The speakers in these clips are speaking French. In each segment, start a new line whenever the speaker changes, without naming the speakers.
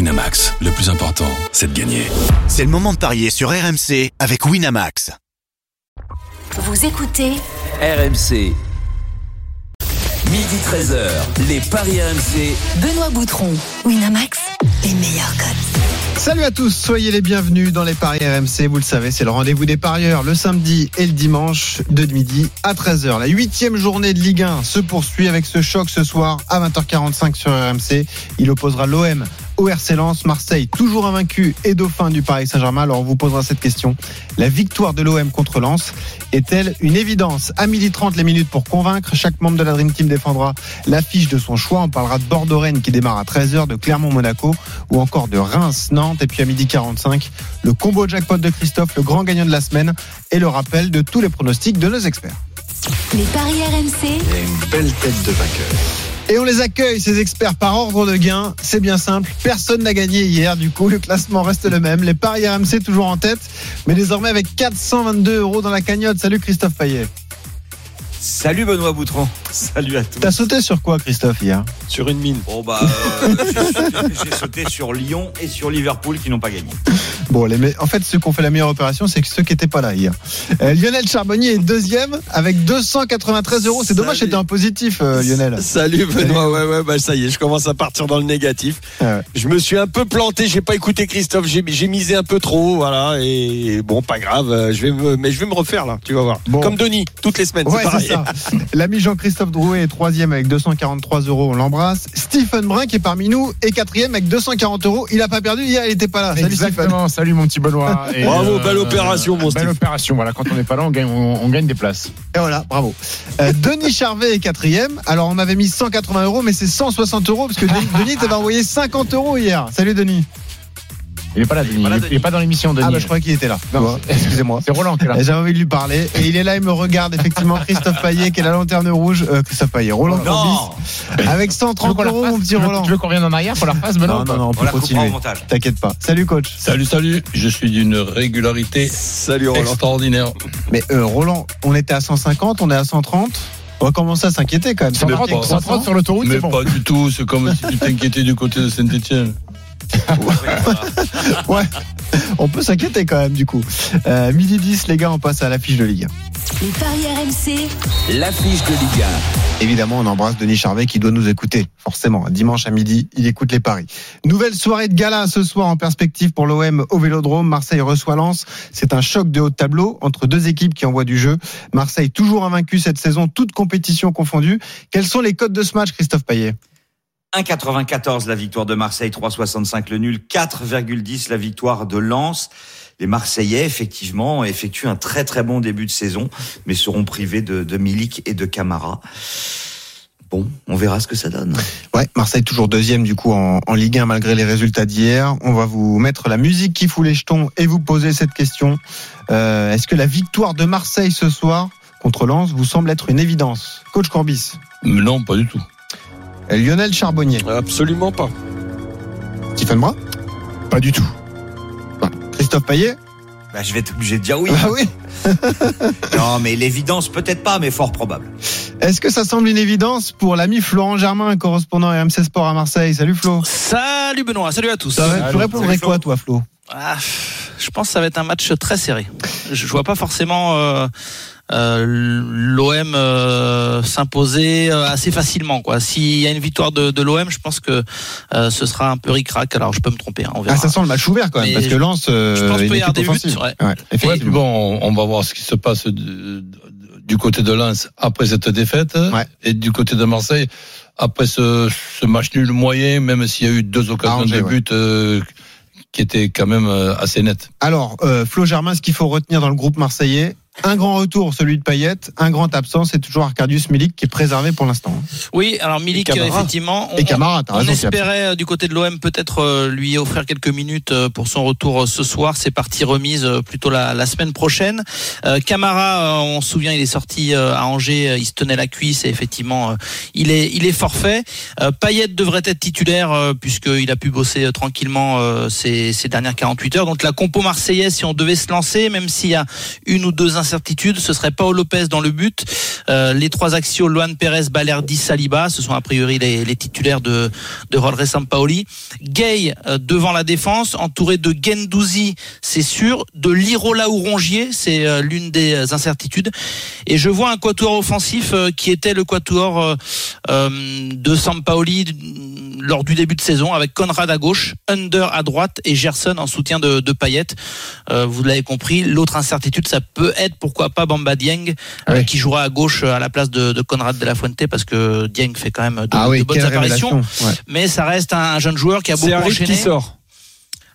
Winamax, le plus important, c'est de gagner.
C'est le moment de parier sur RMC avec Winamax.
Vous écoutez
RMC. Midi 13h, les Paris RMC.
Benoît Boutron, Winamax, les meilleurs codes.
Salut à tous, soyez les bienvenus dans les Paris RMC. Vous le savez, c'est le rendez-vous des parieurs le samedi et le dimanche de midi à 13h. La huitième journée de Ligue 1 se poursuit avec ce choc ce soir à 20h45 sur RMC. Il opposera l'OM au RC Lens, Marseille toujours invaincu et dauphin du Paris Saint-Germain. Alors on vous posera cette question. La victoire de l'OM contre Lens est-elle une évidence À 12h30 les minutes pour convaincre. Chaque membre de la Dream Team défendra l'affiche de son choix. On parlera de Bordeaux-Rennes qui démarre à 13h, de Clermont-Monaco ou encore de Reims-Nantes. Et puis à 12h45, le combo jackpot de Christophe, le grand gagnant de la semaine et le rappel de tous les pronostics de nos experts.
Les Paris RMC,
Et on les accueille, ces experts, par ordre de gain. C'est bien simple. Personne n'a gagné hier. Du coup, le classement reste le même. Les paris RMC toujours en tête, mais désormais avec 422 euros dans la cagnotte. Salut Christophe Payet.
Salut Benoît Boutron.
Salut à tous.
T'as sauté sur quoi, Christophe, hier
Sur une mine.
Bon bah, euh, j'ai sauté- j'ai sauté sur Lyon et sur Liverpool qui n'ont pas gagné.
Bon, les me- en fait, ceux qui ont fait la meilleure opération, c'est ceux qui n'étaient pas là hier. Euh, Lionel Charbonnier est deuxième avec 293 euros. C'est dommage,
Salut.
c'était un positif, euh, Lionel.
Salut Benoît. Ouais, ouais, bah ça y est, je commence à partir dans le négatif.
Ah ouais.
Je me suis un peu planté, j'ai pas écouté Christophe, j'ai j'ai misé un peu trop, voilà. Et bon, pas grave, euh, je vais me, mais je vais me refaire là, tu vas voir.
Bon.
Comme Denis, toutes les semaines,
Ouais,
c'est pareil.
c'est ça. L'ami Jean-Christophe Drouet est troisième avec 243 euros. On l'embrasse. Stephen Brun, qui est parmi nous, est quatrième avec 240 euros. Il n'a pas perdu hier, il n'était pas là. Salut, Stephen.
Exactement, salut mon petit Benoît. Et,
Bravo,
euh,
belle opération, mon
Belle
Steve.
opération, voilà, quand on n'est pas là, on gagne, on, on gagne des places.
Et voilà, bravo. Euh, Denis Charvet est quatrième. Alors, on avait mis 180 euros, mais c'est 160 euros parce que Denis, Denis t'avais envoyé 50 euros hier. Salut, Denis.
Il est pas là, Denis.
pas là,
Il est- Il est pas dans l'émission, Denis.
Ah, bah, je croyais qu'il était là.
Non,
Bon, Excusez-moi.
C'est Roland qui est là.
Et J'avais envie de lui parler. Et il est là, il me regarde, effectivement, Christophe Paillet, qui est la lanterne rouge. Euh, Christophe Paillet, Roland
Non,
Courbis, avec
Tu veux
130
qu'on la
euros,
refasse
mon petit
Tu veux-
Roland.
Tu veux qu'on vienne en arrière pour la refasse,
Non,
Benoît
non, non, on
on
peut
la coupera au
continuer.
montage.
T'inquiète pas. Salut, coach.
Salut, salut. Je suis d'une régularité
Salut Roland.
extraordinaire.
Mais euh, Roland, on était à 150, on est à 130. On va commencer à s'inquiéter quand même.
On rentre-
pas-
on rentre sur l'autoroute,
Mais
c'est bon.
pas du tout. C'est comme si tu t'inquiétais du côté de Saint-Etienne.
On peut s'inquiéter quand même, du coup. Euh, midi 10, les gars, on passe à l'affiche de Ligue.
les Paris RMC,
L'affiche de Liga.
Évidemment, on embrasse Denis Charvet qui doit nous écouter. Forcément, dimanche à midi, il écoute les paris. Nouvelle soirée de gala ce soir en perspective pour l'OM au Vélodrome. Marseille reçoit Lens. C'est un choc de haut de tableau entre deux équipes qui envoient du jeu. Marseille toujours invaincu cette saison, toutes compétitions confondues. Quels sont les codes de ce match, Christophe Payet
1,94 la victoire de Marseille, 3,65 le nul, 4,10 la victoire de Lens. Les Marseillais, effectivement, effectuent un très très bon début de saison, mais seront privés de, de Milik et de Camara. Bon, on verra ce que ça donne.
Ouais, Marseille toujours deuxième du coup en, en Ligue 1 malgré les résultats d'hier. On va vous mettre la musique qui fout les jetons et vous poser cette question. Euh, Est-ce que la victoire de Marseille ce soir contre Lens vous semble être une évidence Coach Corbis,
Mais Non, pas du tout.
euh, Lionel Charbonnier,
Absolument pas.
Stephen Brun
Pas du tout.
Christophe Payet
Bah, je vais être obligé de dire oui.
Ah oui
Non, mais l'évidence, peut-être pas, mais fort probable.
Est-ce que ça semble une évidence pour l'ami Florent Germain, correspondant à RMC Sport à Marseille Salut Flo
Salut Benoît, salut à tous.
Ça va, Tu
Salut.
répondrais
Salut, Flo.
quoi toi Flo
Ah, je pense que ça va être un match très serré. Je vois pas forcément euh, euh, l'OM euh, s'imposer euh, assez facilement. quoi. S'il y a une victoire de, de l'OM, je pense que euh, ce sera un peu ric-rac. Alors je peux me tromper, hein, on verra.
Ah ça sent le match ouvert quand même,
Mais
parce que
je-
Lens euh,
je pense
est une
qu'il y a
équipe
des buts,
offensive.
ouais.
Ouais,
Et
effectivement.
bon, on va voir ce qui se passe de- de- du côté de Lens après cette défaite hein,
Ouais.
et du côté de Marseille après ce, ce match nul moyen, même s'il y a eu deux occasions
Angers,
de
ouais.
but euh, qui étaient quand même euh, assez nettes.
Alors, euh, Flo Germain, ce qu'il faut retenir dans le groupe marseillais, un grand retour, celui de Payet, un grand absent, c'est toujours Arcadius Milik qui est préservé pour l'instant.
Oui, alors Milik,
Et Camara.
effectivement. on-
Et Camara, t'as
On
raison. c'est absent.
espérait euh, du côté de l'OM peut-être euh, lui offrir quelques minutes euh, pour son retour euh, ce soir. C'est parti remise euh, plutôt la, la semaine prochaine. Euh, Camara, euh, on se souvient, il est sorti euh, à Angers, euh, il se tenait la cuisse et effectivement euh, il est il est forfait. Euh, Payet devrait être titulaire euh, puisqu'il a pu bosser euh, tranquillement euh, ces, ces dernières 48 heures. Donc la compo marseillaise, si on devait se lancer, même s'il y a une ou deux incertitudes. Ce serait Paul Lopez dans le but. Euh, les trois axiaux, Luan Perez, Balerdi, Saliba, ce sont a priori les, les titulaires de, de Rodré Sampaoli. Gay euh, devant la défense, entouré de Gendouzi, c'est sûr, de Lirola ou Rongier, c'est euh, l'une des incertitudes. Et je vois un quatuor offensif euh, qui était le quatuor euh, euh, de Sampaoli d- lors du début de saison, avec Conrad à gauche, Under à droite et Gerson en soutien de, de Payet. Euh, vous l'avez compris, l'autre incertitude, ça peut être pourquoi pas Bamba Dieng,
Ah
euh,
oui.
qui jouera à gauche euh, à la place de, de Conrad de la Fuente, parce que Dieng fait quand même de,
Ah
de
oui,
bonnes
quelle
apparitions.
révélation. Ouais.
Mais ça reste un, un jeune joueur qui a beaucoup
C'est Harry
enchaîné.
qui sort.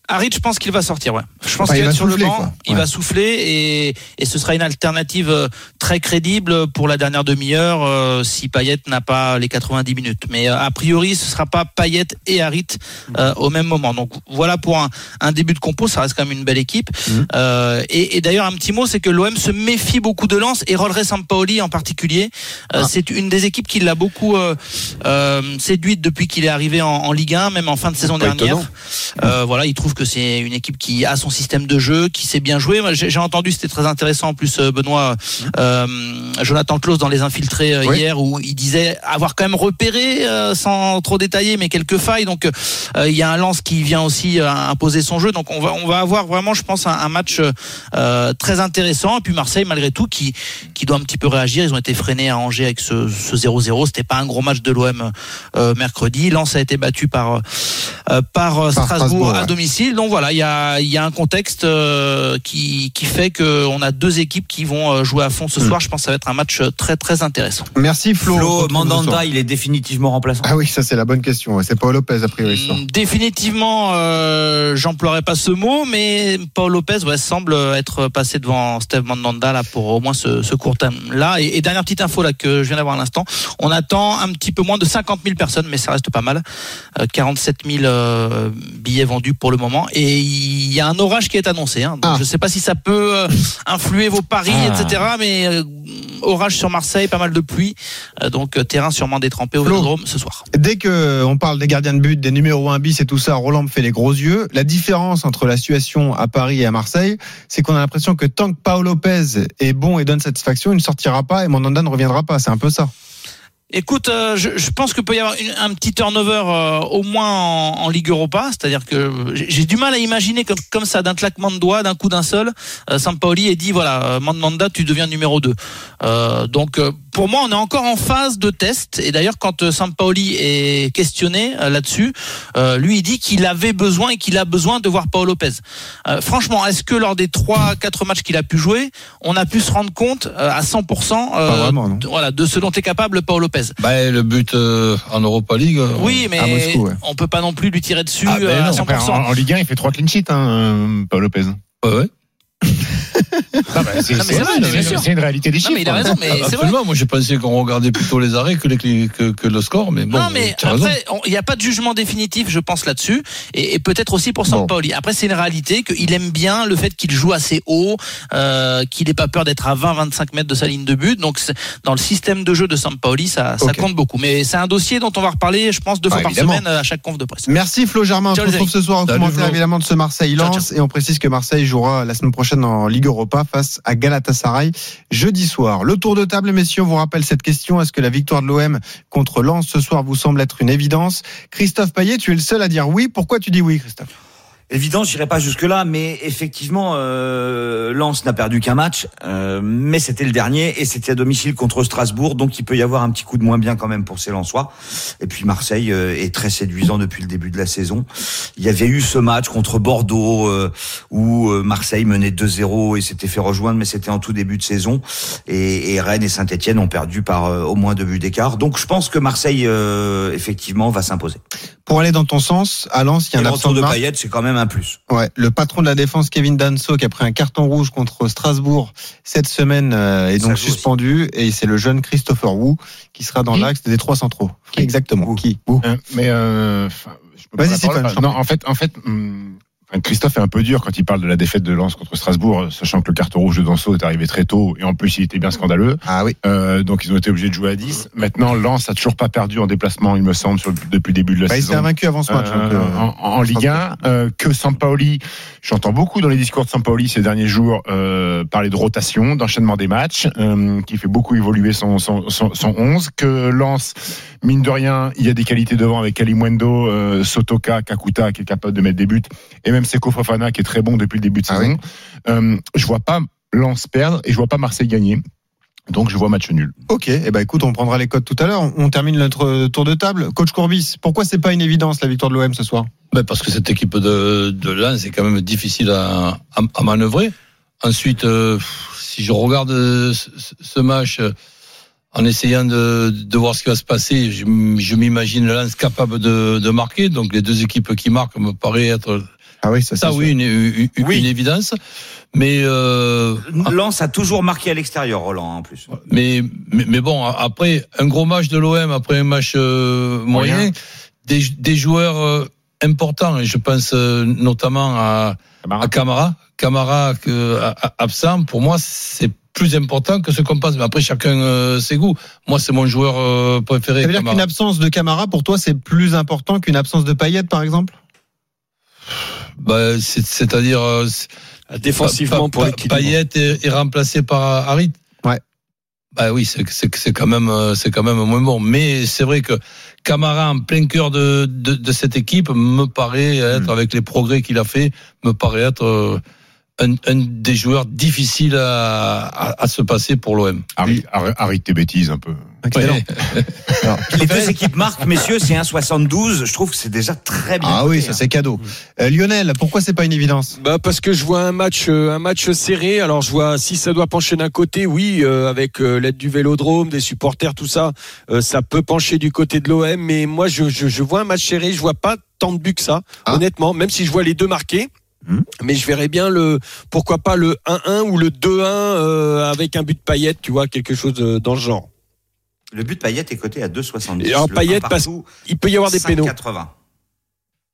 Harit, je pense qu'il va sortir, ouais. Je pense
Enfin,
qu'il
il
va
va
être sur
souffler,
le banc,
quoi.
il
Ouais.
va souffler et, et ce sera une alternative euh, très crédible pour la dernière demi-heure euh, si Payet n'a pas les 90 minutes. Mais euh, a priori, ce sera pas Payet et Harit euh, au même moment. Donc voilà pour un, un début de compo, ça reste quand même une belle équipe.
Mm-hmm.
Euh, et et d'ailleurs, un petit mot, c'est que l'OM se méfie beaucoup de Lens et Rodré Sampaoli en particulier.
Ah.
Euh, C'est une des équipes qui l'a beaucoup euh, euh, séduite depuis qu'il est arrivé en, en Ligue 1, même en fin de saison
Pas
dernière.
étonnant.
Euh, voilà, il trouve que c'est une équipe qui a son système de jeu, qui sait bien jouer. Moi, J'ai j'ai entendu, c'était très intéressant en plus, euh, Benoît, euh, Jonathan Claus dans les infiltrés euh,
Oui.
hier, où il disait avoir quand même repéré, euh, sans trop détailler, mais quelques failles. Donc euh, il y a un lance qui vient aussi euh, imposer son jeu. Donc on va on va avoir vraiment, je pense, un, un match euh, très intéressant. Et puis Marseille, malgré tout, qui qui doit un petit peu réagir. Ils ont été freinés à Angers avec ce ce 0-0. C'était pas un gros match de l'OM euh, mercredi. Lens a été battu par euh, par, euh,
Par
Strasbourg,
Strasbourg,
à
ouais.
domicile. Donc voilà, il y a il y a un contexte euh, qui qui fait que on a deux équipes qui vont euh, jouer à fond ce
Hmm.
soir. Je pense que ça va être un match euh, très très intéressant.
Merci Flo. On se
Flo,
retrouve ce soir.
Mandanda, il est définitivement remplaçant.
Ah oui, ça c'est la bonne question. ouais. C'est Paul Lopez a priori. ce soir.
Mm, Définitivement, euh, j'emploierai pas ce mot, mais Paul Lopez ouais, semble être passé devant Steve Mandanda là pour au moins ce, ce court terme là. Et, et dernière petite info là que je viens d'avoir à l'instant, on attend un petit peu moins de 50 000 personnes, mais ça reste pas mal. Euh, 47 000 euh, billets vendus pour le moment, et il y a un orage qui est annoncé. Hein. Donc,
Ah.
Je sais pas si ça peut euh, influer vos paris,
Ah.
etc. Mais euh, orage sur Marseille, pas mal de pluie, Euh, donc euh, terrain sûrement détrempé au
Flo.
Vélodrome ce soir.
Dès que on parle des gardiens de but, des numéros 1 bis et tout ça, Roland me fait les gros yeux. La différence entre la situation à Paris et à Marseille, c'est qu'on a l'impression que tant que Paolo Lopez est bon et donne satisfaction, il ne sortira pas et Mandanda ne reviendra pas. C'est un peu ça.
Écoute, euh, je, je pense que peut y avoir une- un petit turnover euh, au moins en, en Ligue Europa, c'est-à-dire que j'ai j'ai du mal à imaginer comme, comme ça d'un claquement de doigts, d'un coup d'un seul, euh, Sampaoli ait dit voilà, euh, Mandanda, tu deviens numéro 2. Euh, donc euh, pour moi, on est encore en phase de test. Et d'ailleurs, quand euh, Sampaoli est questionné euh, là-dessus, euh, lui il dit qu'il avait besoin et qu'il a besoin de voir Paolo Lopez. Euh, franchement, est-ce que lors des trois, quatre matchs qu'il a pu jouer, on a pu se rendre compte euh, à 100% euh,
Pas vraiment, non.
de- voilà, de ce dont est capable Paul Lopez.
Ben, le but euh, en Europa League. euh,
Oui, mais
à Moscou, ouais.
on peut pas non plus lui tirer dessus
Ah, ben
euh, à
non,
Après,
100%.
en, en Ligue 1, il fait 3 clean sheets, hein, euh, Paul Lopez.
ouais, ouais.
Ah, bah, c'est
mais c'est
c'est-
vrai, bien sûr.
c'est une réalité des
non,
chiffres.
mais il a
hein.
raison, mais c'est vrai.
Absolument. Moi, j'ai pensé qu'on regardait plutôt les arrêts que, les, cli- que, que le score, mais bon.
non, mais
tu as raison.
après, on- il n'y a pas de jugement définitif, je pense, là-dessus. Et, et peut-être aussi pour Sampaoli. Après, c'est une réalité qu'il aime bien le fait qu'il joue assez haut, euh, qu'il n'ait pas peur d'être à 20-25 mètres de sa ligne de but. Donc, c'est- dans le système de jeu de Sampaoli, ça, ça
Ok.
compte beaucoup. Mais c'est un dossier dont on va reparler, je pense, deux
Ah,
fois par
évidemment.
semaine euh, à chaque conf de presse.
Merci Flo Germain. On se
Ciao, les
retrouve ce soir au
Salut,
commentaire
Flo.
évidemment de ce
Ciao,
Marseille-Lens et on précise que Marseille jouera la semaine prochaine en Ligue Europa face à Galatasaray jeudi soir. Le tour de table, messieurs, on vous rappelle cette question. Est-ce que la victoire de l'OM contre Lens ce soir vous semble être une évidence Christophe Payet, tu es le seul à dire oui. Pourquoi tu dis oui, Christophe
Évidemment, j'irai pas jusque là, mais effectivement, euh, Lens n'a perdu qu'un match, euh, mais c'était le dernier et c'était à domicile contre Strasbourg, donc il peut y avoir un petit coup de moins bien quand même pour ces Lensois. Et puis Marseille euh, est très séduisant depuis le début de la saison. Il y avait eu ce match contre Bordeaux euh, où euh, Marseille menait 2-0 et s'était fait rejoindre, mais c'était en tout début de saison. Et, et Rennes et Saint-Etienne ont perdu par euh, au moins deux buts d'écart. Donc je pense que Marseille euh, effectivement va s'imposer.
Pour aller dans ton sens, à Lens, il y
Et
a un
le
absent
retour
de
de
marque.
Payet, c'est quand même un plus.
Ouais, le patron de la défense, Kevin Danso, qui a pris un carton rouge contre Strasbourg cette semaine, euh, est
Ça
donc
joue aussi.
suspendu. Et c'est le jeune Christopher Wu qui sera dans
Qui
l'axe des trois centraux.
Qui
Exactement. Qui Wu.
Euh, mais euh, enfin, je peux
Vas-y,
pas la parole.
Stéphane, je t'en Bah,
Non, en fait, en fait, hum, enfin, Christophe est un peu dur quand il parle de la défaite de Lens contre Strasbourg, euh, sachant que le carton rouge de Danso est arrivé très tôt et en plus il était bien scandaleux.
Ah oui.
Euh, donc ils ont été obligés de jouer à 10. Maintenant, Lens a toujours pas perdu en déplacement, il me semble, sur- depuis le début de la
Bah, il
saison.
s'est invaincu avant ce match.
Euh,
donc, euh,
en, en Ligue 1, euh, que Sampaoli, j'entends beaucoup dans les discours de Sampaoli ces derniers jours euh, parler de rotation, d'enchaînement des matchs, euh, qui fait beaucoup évoluer son, son, son, son 11, que Lens, mine de rien, il y a des qualités devant avec Kalimwendo, euh, Sotoka, Kakuta qui est capable de mettre des buts, et même Seko Fofana qui est très bon depuis le début de
Ah
saison. Euh, je vois pas Lens perdre et je vois pas Marseille gagner. Donc je vois match nul.
Ok, eh ben écoute, on prendra les codes tout à l'heure. hein. On, on termine notre euh, tour de table. Coach Courbis, pourquoi c'est pas une évidence la victoire de l'OM ce soir
Ben, parce que cette équipe de, de Lens est quand même difficile à, à, à manœuvrer. Ensuite, euh, si je regarde euh, ce, ce match euh, en essayant de, de voir ce qui va se passer, je, m- je m'imagine Lens capable de, de marquer. Donc les deux équipes qui marquent me paraît être
Ah oui, ça
ça, oui, une, une- une-
Oui.
une évidence. Mais euh,
Lens a toujours marqué à l'extérieur, Roland, hein, en plus.
mais, mais, mais bon, a- après un gros match de l'OM, après un match euh, moyen, des, des joueurs euh, importants, et je pense euh, notamment à, à Camara, Camara que, a- a- absent, pour moi, c'est plus important que ce qu'on pense. Mais après, chacun euh, ses goûts. Moi, c'est mon joueur euh, préféré.
Ça veut dire
Camara.
qu'une absence de Camara pour toi c'est plus important qu'une absence de Payet par exemple
Bah, c'est- C'est-à-dire, euh, c'est-
Défensivement, pour
Pa-
l'équipe.
Payet est, est remplacé par Harit.
Ouais.
Bah oui, c'est c'est c'est quand même euh, c'est quand même moins bon. Mais c'est vrai que Camara en plein cœur de de, de cette équipe me paraît
Mm.
être avec les progrès qu'il a fait me paraît être euh, un, un des joueurs difficiles à, à, à se passer pour l'OM.
Arrête, arrête tes bêtises un peu.
Excellent.
Ouais.
Les deux équipes marquent, messieurs, c'est 1,72. Je trouve que c'est déjà très bien.
Ah
coté,
oui,
hein.
ça c'est cadeau. Euh, Lionel, pourquoi c'est pas une évidence
Bah parce que je vois un match euh, un match serré. Alors je vois si ça doit pencher d'un côté, oui, euh, avec euh, l'aide du Vélodrome, des supporters, tout ça, euh, ça peut pencher du côté de l'OM. Mais moi je, je, je vois un match serré. Je vois pas tant de buts que ça,
Ah.
honnêtement. Même si je vois les deux marqués.
Mhm.
Mais je verrais bien le pourquoi pas le 1-1 ou le 2-1 euh, avec un but de paillette, tu vois, quelque chose euh, dans le genre.
Le but de Payet est coté à 2,70.
Et alors,
Le
Payet
un partout,
Il peut y avoir des pénaux.
5,80.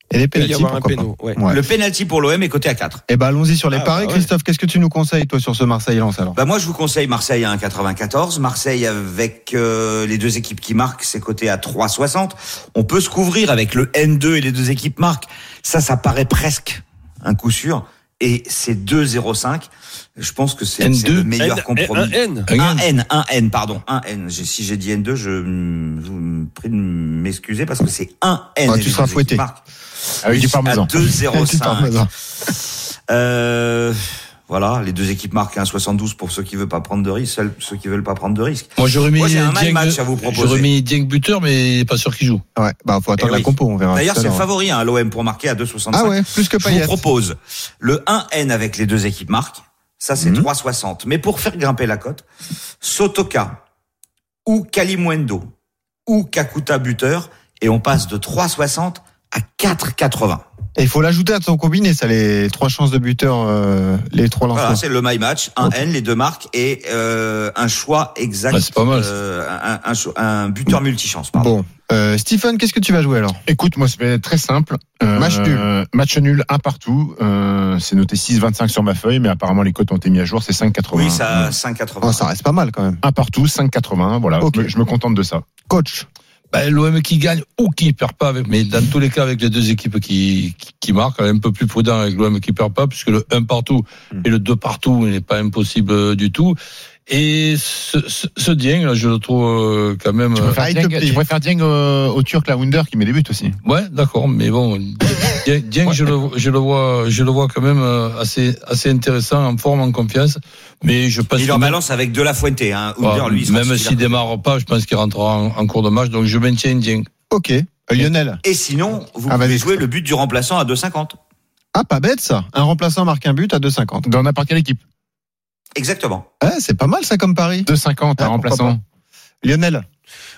Et les
Il peut y
pénaltys
avoir un
pourquoi pas
péno. Ouais.
Ouais.
Le penalty pour l'OM est coté à 4.
Eh ben allons-y sur les
Ah,
paris.
bah ouais.
Christophe, qu'est-ce que tu nous conseilles toi sur ce Marseille-Lens alors
Bah moi, je vous conseille Marseille à 1,94. Marseille avec euh, les deux équipes qui marquent, c'est coté à 3,60. On peut se couvrir avec le N2 et les deux équipes marquent. Ça, ça paraît presque un coup sûr. Et c'est 2,05. Je pense que c'est
N2,
c'est le meilleur
N-
compromis.
un N.
Un
Regarde.
N, un N, pardon, un N. J'ai- Si j'ai dit N2, je m- vous me prie de m'excuser parce que c'est un N.
Ah, tu
et les
seras
deux
fouetté. Ah
équipes marquent.
Avec du parmesan.
À
Tu parles,
2,05.
vas-y.
Euh, voilà, les deux équipes marquent 1,72 pour ceux qui veulent pas prendre de risque, seuls ceux qui veulent pas prendre de risque.
Moi j'aurais mis
Moi, j'ai un mal
Dieng-
euh,
match à vous proposer.
j'aurais mis Dieng buteur, mais il est pas sûr qu'il joue.
Ouais, bah faut attendre
Eh
la
oui.
compo, on verra.
D'ailleurs,
tout à
c'est le
l'heure.
favori hein, à l'OM pour marquer à 2,65.
Ah ouais, plus que
Je vous
Payet.
propose le 1N avec les deux équipes marques. Ça, c'est
Mhm.
3,60. Mais pour faire grimper la cote, Sotoka ou Kalimwendo ou Kakuta buteur et on passe de 3,60 à 4,80.
Et il faut l'ajouter à son combiné, ça les trois chances de buteur, euh, les trois lanceurs.
Voilà, Ah, c'est le my match, un N, les deux marques et euh, un choix exact.
Ah, c'est pas mal.
euh, un, un cho- un buteur multichance, pardon.
Bon, euh, Stephen, qu'est-ce que tu vas jouer alors
Écoute, moi, ça va être très simple. Euh,
Match nul.
Match nul, un partout. Euh, c'est noté 6,25 sur ma feuille, mais apparemment, les cotes ont été mises à jour. C'est 5,80.
Oui, ça
Euh,
5,80.
Oh, Ça reste pas mal quand même.
Un partout, 5,80. Voilà,
Ok. Euh,
je, me, je me contente de ça.
Coach,
Ben, L'OM qui gagne ou qui perd pas, avec, mais dans tous les cas, avec les deux équipes qui, qui, qui marquent, un peu plus prudent avec l'OM qui perd pas, puisque le 1 partout
Hmm.
et le 2 partout il n'est pas impossible euh, du tout. Et ce, ce, ce Dieng, là, je le trouve euh, quand même.
Tu
euh,
préfères
I
Dieng,
took the-
tu préfères Dieng, euh, au Turc, la Wunder, qui met des buts aussi.
Ouais, d'accord, mais bon, Dieng, Dieng, je, le, je le vois, je le vois quand même euh, assez, assez intéressant, en forme, en confiance. Mais je pense
Il
que
en
même-
balance avec de la Fuente. Hein. Under,
ouais,
lui, il sera
Euh, même
titulaire.
s'il démarre pas, je pense qu'il rentrera en, en cours de match, donc je maintiens Dieng.
ok. Euh, Lionel.
Et sinon, vous
Ah, vas-y.
pouvez jouer le but du remplaçant à 2,50.
Ah, pas bête ça. Un remplaçant marque un but à 2,50.
Dans n'importe quelle équipe.
Exactement.
Eh, c'est pas mal ça comme pari.
2,50,
Ah,
un remplaçant.
Lionel.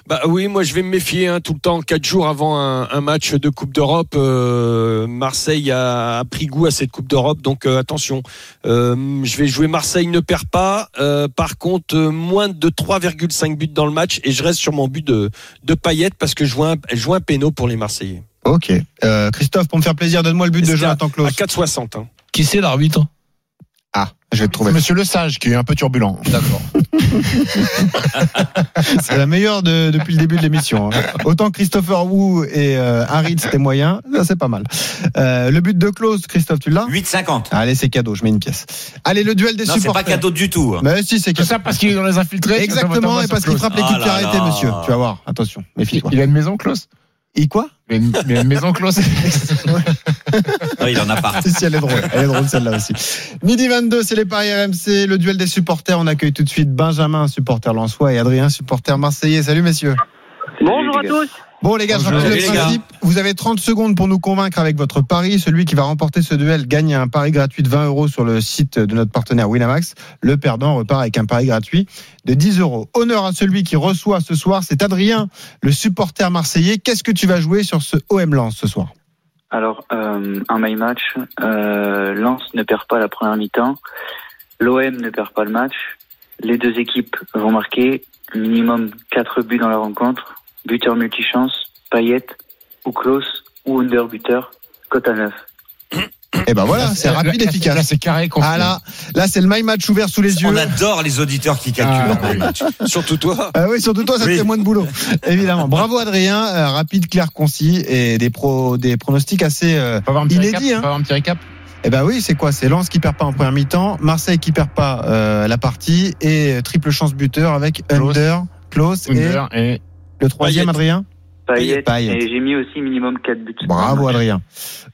Bah oui, moi je vais me méfier hein, tout le temps. Quatre jours avant un, un match de Coupe d'Europe, euh, Marseille a, a pris goût à cette Coupe d'Europe, donc euh, attention. Euh, je vais jouer Marseille ne perd pas. euh, par contre, euh, moins de 3,5 buts dans le match et je reste sur mon but de, de Payet parce que je vois un, je vois un péno pour les Marseillais.
Ok. Euh, Christophe, pour me faire plaisir, donne-moi le but de
Est-ce
Jonathan
À
Klaus.
4,60. hein.
Qui c'est l'arbitre
Ah, je vais te trouver.
Monsieur Le Sage, qui est un peu turbulent.
D'accord.
C'est la meilleure de- depuis le début de l'émission. hein. Autant Christopher Wu et euh, Harid, c'était moyen. Ça, c'est pas mal. Euh, le but de Klaus, Christophe, tu l'as
8,50.
Allez, c'est cadeau, je mets une pièce. Allez, le duel des
Non, c'est
supporters.
pas cadeau du tout. hein.
Mais si, c'est
C'est
cadeau.
ça parce qu'il est dans les infiltrés.
Exactement, et parce qu'il frappe
Ah
l'équipe
là
qui a arrêté,
là.
monsieur. Tu vas voir, attention, méfie-toi.
Il a une maison, Klaus
Et quoi
Il a une, il a une maison, Klaus
Non, il en a pas.
Si, si, elle est drôle. Elle est drôle, celle-là aussi. Midi 22, c'est les Paris RMC, le duel des supporters. On accueille tout de suite Benjamin, supporter lensois, et Adrien, supporter marseillais. Salut, messieurs.
Bonjour à tous.
Bon, les gars, je
Bonjour.
rappelle le
Salut, les gars.
principe. Vous avez 30 secondes pour nous convaincre avec votre pari. Celui qui va remporter ce duel gagne un pari gratuit de 20 euros sur le site de notre partenaire Winamax. Le perdant repart avec un pari gratuit de 10 euros. Honneur à celui qui reçoit ce soir. C'est Adrien, le supporter marseillais. Qu'est-ce que tu vas jouer sur ce OM Lens ce soir?
Alors, euh, un my match. Euh, Lens ne perd pas la première mi-temps. L'OM ne perd pas le match. Les deux équipes vont marquer minimum 4 buts dans la rencontre. Buteur multichance, Payet ou Klaus ou underbuter, cote à 9.
Eh ben voilà, c'est
Là,
rapide,
là, Là,
efficace.
c'est carré, confirmé.
Ah là, là c'est le my match ouvert sous les yeux.
On adore les auditeurs qui calculent
Ah,
leur match.
Surtout toi.
Ah oui, surtout toi, ça te
Oui.
fait moins de boulot. Évidemment. Bravo Adrien, euh, rapide, clair, concis et des pro, des pronostics assez. euh,
On va avoir un petit
Il est
récap.
dit, hein.
on va avoir un petit récap.
Eh ben oui, c'est quoi C'est Lens qui perd pas en première mi-temps, Marseille qui perd pas euh, la partie et euh, triple chance buteur avec
Klose.
Under, Close et
Under et
le troisième Adrien.
Payet,
Payet.
et j'ai mis aussi minimum 4 buts.
Bravo Adrien.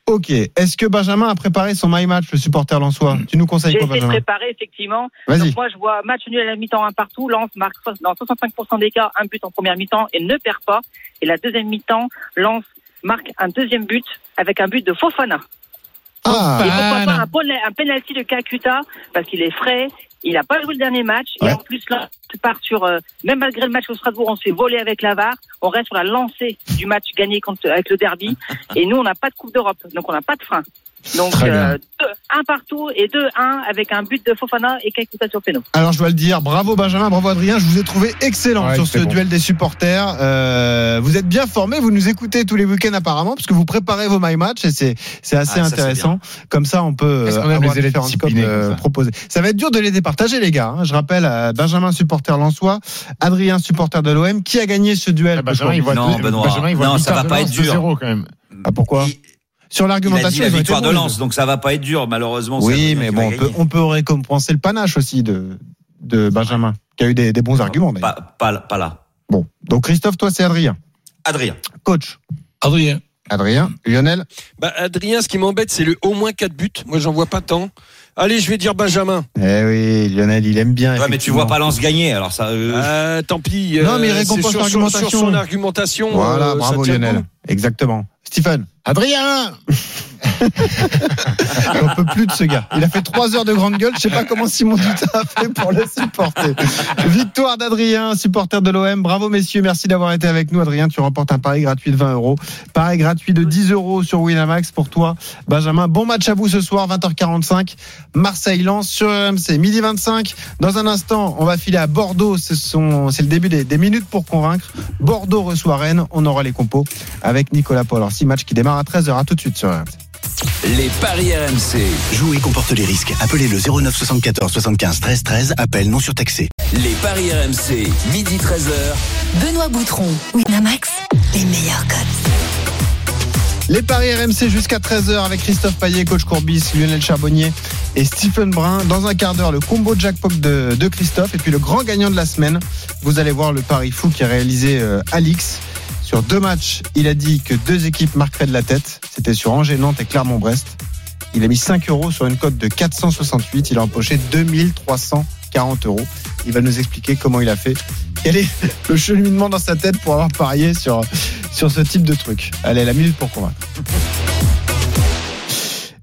Ok. Est-ce que Benjamin a préparé son my match, le supporter lensois Tu nous conseilles
J'ai
quoi,
essayé de
Benjamin
préparer, effectivement.
Vas-y.
Donc moi, je vois match nul à la mi-temps, un partout. Lens marque so- dans 65% des cas un but en première mi-temps et ne perd pas. Et la deuxième mi-temps, Lens marque un deuxième but avec un but de Fofana. Et
Ah,
pourquoi pas un, pon- un penalty de Kakuta parce qu'il est frais. Il n'a pas joué le dernier match.
Ouais.
Et en plus, là, tu pars sur, euh, même malgré le match au Strasbourg, on s'est volé avec la VAR. On reste sur la lancée du match gagné contre, avec le derby. Et nous, on n'a pas de Coupe d'Europe. Donc, on n'a pas de frein. Donc,
Très bien.
euh, deux- un partout et 2-1 avec un but de Fofana et Kakuta sur péno.
alors je dois le dire, bravo Benjamin, bravo Adrien, je vous ai trouvé excellent
Ouais,
sur ce
c'est bon.
duel des supporters. Euh, vous êtes bien formés, vous nous écoutez tous les week-ends apparemment, parce que vous préparez vos my match et c'est c'est assez
Ah, ça, c'est
intéressant. comme ça, on peut
Est-ce
euh,
qu'on aime
avoir
les élèves
différentes codes
disciplinés,
euh,
comme ça
proposées. Ça va être dur de les départager, les gars. hein. Je rappelle à Benjamin, supporter lensois, Adrien, supporter de l'OM, qui a gagné ce duel
Ah, Benjamin,
ce
il
soir
voit
Non,
deux-
Benoît.
Benjamin, il voit
Non,
deux
ça va
cartes
pas
de
être
lance,
dur.
2-0 quand même.
Ah, pourquoi
Il-
Sur
Il a dit
l'argumentation,
la
ils ont été
victoire de
bons, les
Lens, donc ça va pas être dur, malheureusement. c'est
Oui,
Adrien
mais
qui
bon,
va
on peut,
gagner.
on peut récompenser le panache aussi de, de Benjamin, qui a eu des, des bons arguments. d'ailleurs.
Pas, pas, pas là.
Bon, donc Christophe, toi, c'est Adrien.
Adrien.
Coach,
Adrien.
Adrien, Lionel,
Bah, Adrien, ce qui m'embête, c'est le au moins 4 buts. Moi, j'en vois pas tant. Allez, je vais dire Benjamin.
eh oui, Lionel, il aime bien.
Ouais, mais tu vois pas Lens gagner, alors ça. euh,
Euh, tant pis.
Non, mais il
c'est
récompense
sur, sur-
l'argumentation.
sur son argumentation. euh,
Voilà,
ça
bravo
tient
Lionel.
bon.
Exactement. Stephen,
Adrien
on peut plus de ce gars. Il a fait trois heures de grande gueule. Je sais pas comment Simon Dutin a fait pour le supporter. Victoire d'Adrien, supporter de l'OM. Bravo messieurs, merci d'avoir été avec nous. Adrien, tu remportes un pari gratuit de 20 euros, pari gratuit de 10 euros sur Winamax pour toi, Benjamin. Bon match à vous ce soir, 20h45. Marseille-Lens sur RMC, midi 25. Dans un instant, on va filer à Bordeaux. Ce sont- C'est le début des, des minutes pour convaincre. Bordeaux reçoit Rennes. On aura les compos avec Nicolas Paul. Alors, six matchs qui démarrent à 13h. À tout de suite sur RMC.
Les paris RMC.
Jouer comporte les risques. Appelez le 09 74 75 13 13. Appel non surtaxé.
Les paris RMC. Midi 13h.
Benoît Boutron, Winamax, les meilleurs codes.
Les paris RMC jusqu'à 13h avec Christophe Payet, coach Courbis, Lionel Charbonnier et Stephen Brun. Dans un quart d'heure, le combo jackpot de, de Christophe et puis le grand gagnant de la semaine. Vous allez voir le pari fou qui a réalisé euh, Alix. Sur deux matchs, il a dit que deux équipes marqueraient de la tête. C'était sur Angers, Nantes et Clermont-Brest. Il a mis 5 euros sur une cote de 468. Il a empoché 2340 euros. Il va nous expliquer comment il a fait. Quel est le cheminement dans sa tête pour avoir parié sur, sur ce type de truc Allez, la minute pour convaincre.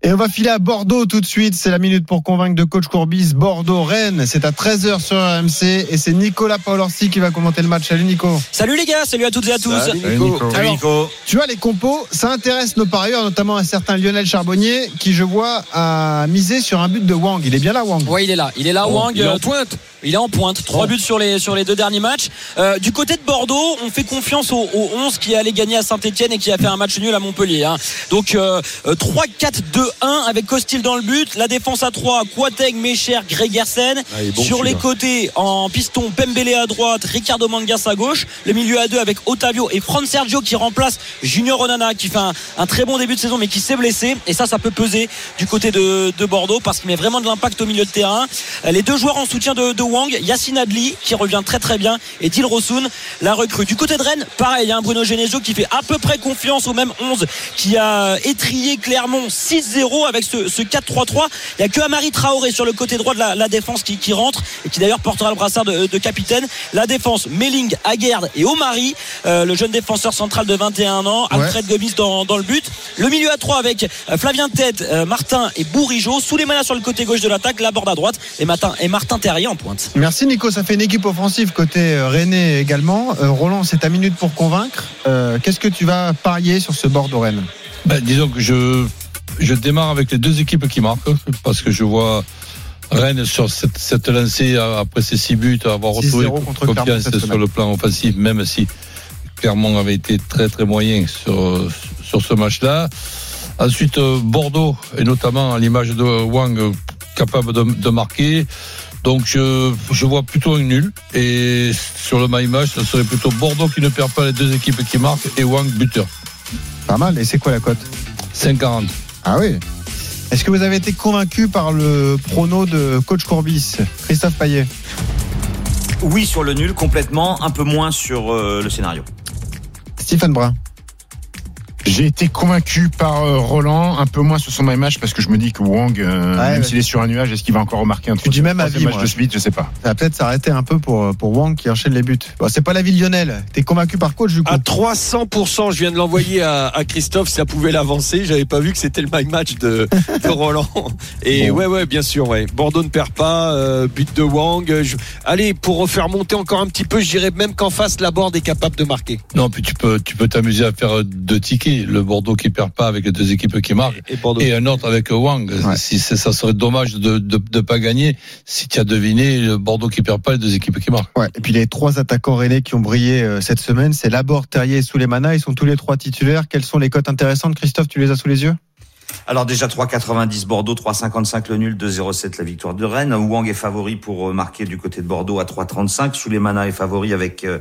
Et on va filer à Bordeaux tout de suite. C'est la minute pour convaincre de coach Courbis. Bordeaux-Rennes, c'est à 13h sur RMC. Et c'est Nicolas Paolorsi qui va commenter le match. Salut Nico.
Salut les gars, salut à toutes et à tous.
Salut Nico. Salut Nico.
Alors, tu vois, les compos, ça intéresse nos parieurs, notamment un certain Lionel Charbonnier qui, je vois, a misé sur un but de Wang. Il est bien là, Wang
Ouais, il est là. Il est là, oh, Wang. Il est en pointe. Il est en pointe. Trois oh. buts sur les, sur les deux derniers matchs. Euh, du côté de Bordeaux, on fait confiance au, au 11 qui est allé gagner à Saint-Etienne et qui a fait un match nul à Montpellier. Hein. Donc euh, 3-4-2-1 avec Costil dans le but. La défense à 3, Quateng, Mecher, Gregersen. Ah, bon sur les côtés, en piston, Pembele à droite, Ricardo Mangas à gauche. Le milieu à 2 avec Otavio et Fran Sergio qui remplace Junior Onana qui fait un, un très bon début de saison mais qui s'est blessé. Et ça, ça peut peser du côté de, de Bordeaux parce qu'il met vraiment de l'impact au milieu de terrain. Euh, Les deux joueurs en soutien de, de Wang, Yacine Adli qui revient très très bien et Dil Rosun, la recrue. Du côté de Rennes, pareil, hein, Bruno Genesio qui fait à peu près confiance au même 11 qui a étrié Clermont 6-0 avec ce, ce 4-3-3. Il n'y a que Amari Traoré sur le côté droit de la, la défense qui, qui, rentre et qui d'ailleurs portera le brassard de, de capitaine. La défense, Melling, Aguerd et Omari, euh, le jeune défenseur central de 21 ans, ouais. Alfred Gomis dans, dans, le but. Le milieu à 3 avec euh, Flavien Tête, euh, Martin et Bourigeau. Souleymana sur le côté gauche de l'attaque, Laborde à droite et Martin, et Martin Terrier en pointe.
Merci Nico, ça fait une équipe offensive côté euh, René également. Euh, Roland, c'est ta minute pour convaincre. Euh, Qu'est-ce que tu vas parier sur ce Bordeaux-Rennes
ben, Disons que je, je démarre avec les deux équipes qui marquent, parce que je vois Rennes sur cette, cette lancée, après ces six buts, avoir retrouvé confiance sur le plan offensif, même si Clermont avait été très très moyen sur, sur ce match-là. Ensuite, euh, Bordeaux, et notamment à l'image de Wang, capable de, de marquer. Donc je, je, vois plutôt une nulle. Et sur le My Match, ce serait plutôt Bordeaux qui ne perd pas les deux équipes qui marquent et Wang buteur.
Pas mal. Et c'est quoi la cote
5,40.
Ah oui Est-ce que vous avez été convaincu par le prono de coach Courbis, Christophe Payet
Oui, sur le nul complètement, un peu moins sur euh, le scénario.
Stéphane Brun.
J'ai été convaincu par euh, Roland, un peu moins sur son match parce que je me dis que Wang, euh, ouais, même ouais. s'il est sur un nuage, est-ce qu'il va encore remarquer un truc
Tu dis même avis,
match de suite, je sais pas.
Ça va peut-être s'arrêter un peu pour, euh, pour Wang qui enchaîne les buts. Bon, c'est pas l'avis Lionel. T'es convaincu par coach du coup
À 300%, je viens de l'envoyer à, à, Christophe, ça pouvait l'avancer. J'avais pas vu que c'était le my match de, de Roland. Et bon. ouais, ouais, bien sûr, ouais. Bordeaux ne perd pas, euh, but de Wang. Je... Allez, pour faire monter encore un petit peu, je dirais même qu'en face, la board est capable de marquer.
Non, puis tu peux, tu peux t'amuser à faire deux tickets le Bordeaux qui perd pas avec les deux équipes qui marquent et, et, et un autre avec Wang. Ouais. Si ça serait dommage de ne pas gagner si tu as deviné le Bordeaux qui perd pas les deux équipes qui marquent.
Ouais. Et puis les trois attaquants rennais qui ont brillé euh, cette semaine, c'est Laborde, Terrier et Souleymana. Ils sont tous les trois titulaires. Quelles sont les cotes intéressantes, Christophe Tu les as sous les yeux
alors déjà 3,90 Bordeaux, 3,55 le nul, 2,07 la victoire de Rennes. Wang est favori pour euh, marquer du côté de Bordeaux à 3,35. Souleymana est favori avec euh,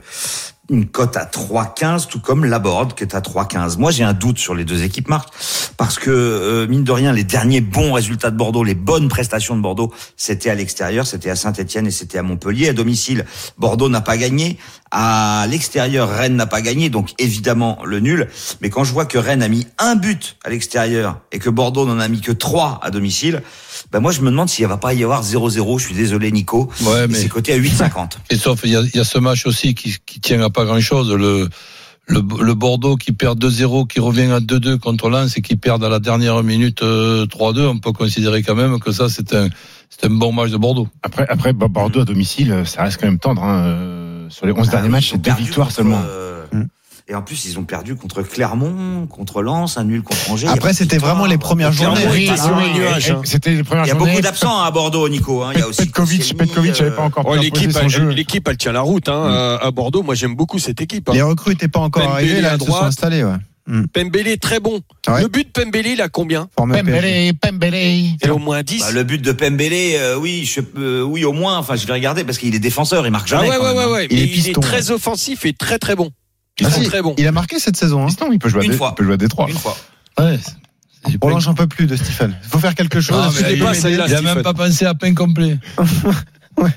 une cote à 3,15, tout comme Laborde qui est à 3,15. Moi, j'ai un doute sur les deux équipes marques parce que euh, mine de rien, les derniers bons résultats de Bordeaux, les bonnes prestations de Bordeaux, c'était à l'extérieur, c'était à Saint-Étienne et c'était à Montpellier. À domicile, Bordeaux n'a pas gagné. À l'extérieur, Rennes n'a pas gagné, donc évidemment le nul. Mais quand je vois que Rennes a mis un but à l'extérieur et que Bordeaux n'en a mis que trois à domicile, ben moi je me demande s'il ne va pas y avoir 0-0. Je suis désolé Nico. Ouais, mais c'est coté à 8,50.
Et sauf il y a, y a, ce match aussi qui, qui tient à pas grand chose. Le, le, le Bordeaux qui perd 2-0, qui revient à 2-2 contre Lens et qui perd à la dernière minute 3-2, on peut considérer quand même que ça c'est un, un bon match de Bordeaux.
Après, après Bordeaux à domicile, euh, ça reste quand même tendre. Hein. Sur les 11 ah, derniers matchs, c'est deux victoires seulement.
Euh...
Hmm.
Mmh. Et en plus, ils ont perdu contre Clermont, contre Lens, un nul contre Angers.
Après, c'était vraiment les premières journées.
C'était les premières
hein. Il y a beaucoup d'absents à Bordeaux, Nico. Hein. Il y a aussi euh,
Petkovic, Petkovic n'avait pas encore.
Ouais, Oh, l'équipe, elle, l'équipe, elle tient la route hein, à Bordeaux. Moi, j'aime beaucoup cette équipe. Hein.
Les recrues n'étaient pas encore arrivées, là, elles se sont installées. Ouais.
Mm. Pembele très bon. Ouais. Le but de Pembele, il a combien
Pembele,
Ah,
Pembele.
C'est au moins 10.
Bah, le but de Pembele, euh, oui, je, euh, oui, au moins. Enfin, je vais regarder parce qu'il est défenseur, il marque jamais. hein.
Ah ouais, ouais, ouais, Il, est, il est très offensif et très très bon.
Ah si, très bon. Il a marqué cette saison. Hein.
Piston, il peut jouer
Une
à,
fois.
Il peut jouer à Détroit.
Une fois.
Ouais. Roland, j'en peux plus de Stephen. Il faut faire quelque chose.
Non, Ah, il n'a même pas pensé à peine complet.
ouais.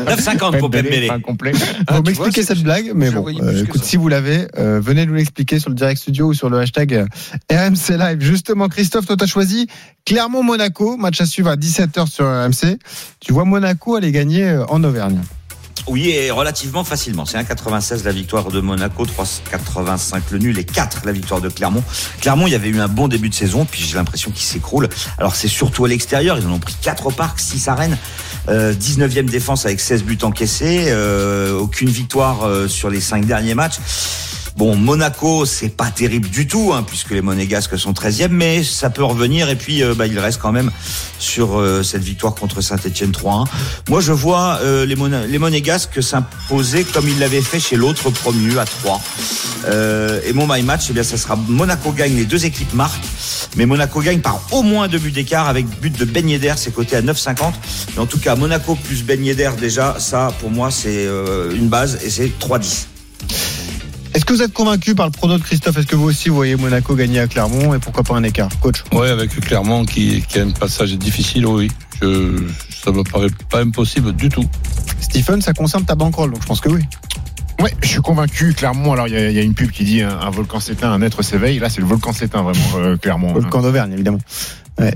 9,50 pour Pembele. Ah,
Vous m'expliquez cette blague, mais bon, euh, écoute, si vous l'avez, euh, venez nous l'expliquer sur le direct studio ou sur le hashtag euh, RMC Live. Justement, Christophe, toi, t'as choisi Clermont-Monaco, match à suivre à 17h sur RMC. Tu vois Monaco aller gagner en euh, Auvergne.
Oui, et relativement facilement. C'est 1,96 la victoire de Monaco, 3,85 le nul et 4 la victoire de Clermont. Clermont, il y avait eu un bon début de saison, puis j'ai l'impression qu'il s'écroule. Alors c'est surtout à l'extérieur, ils en ont pris 4 au parc, 6 à Rennes. Euh, 19e défense avec 16 buts encaissés, euh, aucune victoire euh, sur les 5 derniers matchs. Bon, Monaco, c'est pas terrible du tout, hein, puisque les Monégasques sont 13e, mais ça peut revenir. Et puis, euh, bah, il reste quand même sur euh, cette victoire contre Saint-Etienne 3-1. Moi, je vois euh, les, Mona- les Monégasques s'imposer comme ils l'avaient fait chez l'autre promu à 3. et mon my match, eh bien, ça sera Monaco gagne, les deux équipes marquent, mais Monaco gagne par au moins deux buts d'écart avec but de Ben Yedder, c'est coté à 9,50. Mais en tout cas, Monaco plus Ben Yedder, déjà, ça, pour moi, c'est euh, une base et c'est 3-10.
Est-ce que vous êtes convaincu par le prono de Christophe Est-ce que vous aussi vous voyez Monaco gagner à Clermont et pourquoi pas un écart Coach
Ouais, avec Clermont qui, qui a un passage difficile, oui. Je, ça me paraît pas impossible du tout.
Stephen, ça concerne ta banquerolle, donc je pense que oui.
Ouais, je suis convaincu, clairement. Alors, il y, a- il y a une pub qui dit un, un volcan s'éteint, un être s'éveille. Là, c'est le volcan s'éteint, vraiment, euh, clairement.
Volcan d'Auvergne, évidemment. Ouais.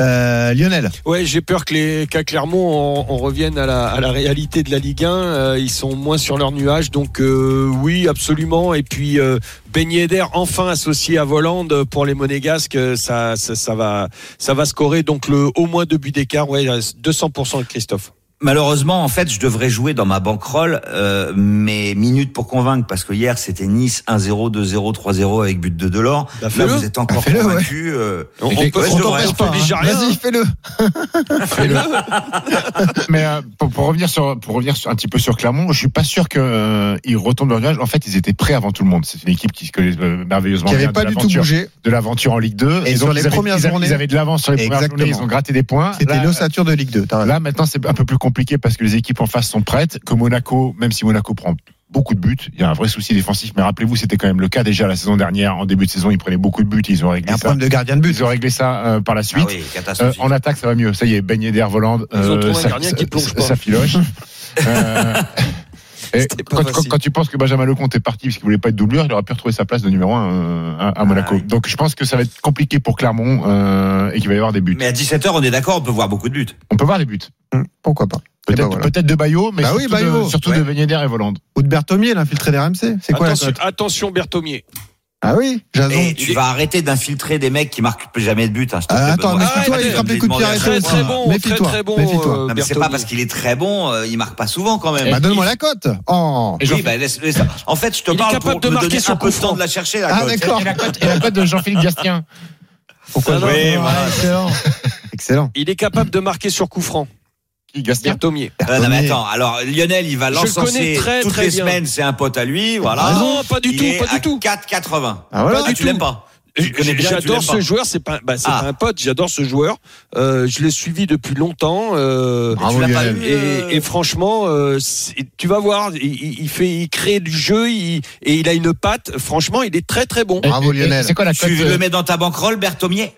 Euh, Lionel
Ouais, j'ai peur que les qu'à Clermont on, on revienne à la, à la réalité de la Ligue 1. Euh, ils sont moins sur leur nuage, donc euh, oui, absolument. Et puis euh, Ben Yedder enfin associé à Volande pour les Monégasques, euh, ça, ça ça va ça va scorer donc le au moins deux buts d'écart. Ouais, 200% de Christophe.
Malheureusement, en fait, je devrais jouer dans ma bankroll euh, mes minutes pour convaincre, parce que hier, c'était Nice 1-0, 2-0, 3-0 avec but de Delors.
Bah,
Là,
fais-le.
vous êtes encore
Fais-le,
convaincu. euh,
On-
mais
on
je
peut-
devrais,
on t'empêche
je devrais.
pas, hein.
Déjà rien.
Vas-y, fais-le.
Mais euh, pour, pour revenir sur pour revenir sur- un petit peu sur Clermont, je suis pas sûr que euh, ils retombent dans le nuage. En fait, ils étaient prêts avant tout le monde. C'est une équipe qui se connaît euh, merveilleusement
Qui avait
bien de
pas du tout
l'aventure-
bougé.
de l'aventure en Ligue 2.
Et
donc,
sur les
ils avaient-
premières
ils avaient-
journées-
ils avaient de l'avance sur les premières
Exactement.
journées. Ils ont gratté des points.
C'était
Là,
l'ossature de Ligue 2. t'as raison.
Là, maintenant, c'est un peu plus compliqué parce que les équipes en face sont prêtes. Que Monaco, même si Monaco prend beaucoup de buts, il y a un vrai souci défensif. Mais rappelez-vous, c'était quand même le cas déjà la saison dernière. En début de saison, ils prenaient beaucoup de buts. Ils ont
Il y
réglé
a un
ça.
problème de gardien de but.
Ils ont réglé ça euh, par la
Ah
suite.
oui,
Euh,
catastrophique.
en attaque, ça va mieux. Ça y est, Ben d'air Volande,
Ils ont trouvé un
ça,
gardien
ça-
qui plonge
ça-
pas.
ça filoche. Euh, et
C'était pas
quand, quand-
facile.
quand tu penses que Benjamin Lecomte est parti parce qu'il voulait pas être doublure, il aurait pu retrouver sa place de numéro 1 à, à
Ah
Monaco.
oui.
Donc je pense que ça va être compliqué pour Clermont euh, et qu'il va y avoir des buts.
Mais à 17h, on est d'accord, on peut voir beaucoup de buts.
On peut voir des buts.
Pourquoi pas Eh
Peut-être
ben voilà.
peut-être de Bayo, mais
Bah oui,
surtout,
Bayo.
de, surtout
Ouais.
de Beignet et Volande.
Ou de Berthomier, l'infiltré des RMC. C'est quoi la
attention,
cote
attention Berthomier.
Ah oui, Jason.
Et tu
il est-
vas arrêter d'infiltrer des mecs qui marquent plus jamais de but. Hein, je te
Ah,
fais
attends,
besoin.
mais toi,
ouais,
il frappe
je
les
vais
coups de pied
demander à
arrêtés.
Très
Alphonse.
très bon, très
Méfie-toi,
très bon.
méfie-toi.
euh,
Non, mais c'est
Berthomier.
pas parce qu'il est très bon, euh, il marque pas souvent quand même.
Bah, donne-moi la cote. Oh.
Oui, bah, laisse- laisse- En fait, je te
Il est
parle
capable
pour
de
me
marquer
donner
sur
un peu
coup
de temps
franc.
de la chercher. la
Ah
cote.
d'accord.
Et la cote de Jean-Philippe Gastien.
Pourquoi
Ah,
je-
oui,
Ah,
voilà.
Excellent. Excellent.
Il est capable de marquer sur coup franc.
Qui Gastien
Berthomier.
Ah, non, mais
Berthomier.
attends, alors Lionel, il va
Je le connais
l'encenser
très,
toutes
très
les
bien.
semaines, c'est un pote à lui, voilà.
Ah non, pas du
Il
tout,
est
pas du
à
tout.
4,80.
Ah, voilà.
Ah,
Pas du
tu l'aimes
tout.
pas. Tu le connais bien, tu
J'adore
l'aimes pas.
ce joueur, c'est pas, bah, c'est
Ah.
pas un pote, j'adore ce joueur. Euh, je l'ai suivi depuis longtemps. euh,
Mais tu l'as pas vu, euh,
et, et franchement, euh, c'est- tu vas voir, il- il, il fait, il crée du jeu, il- et il a une patte. Franchement, il est très très bon.
Bravo,
Et- et-
Lionel.
C'est quoi la cote
Tu le
euh,
mets dans ta banquerolle, Berthomier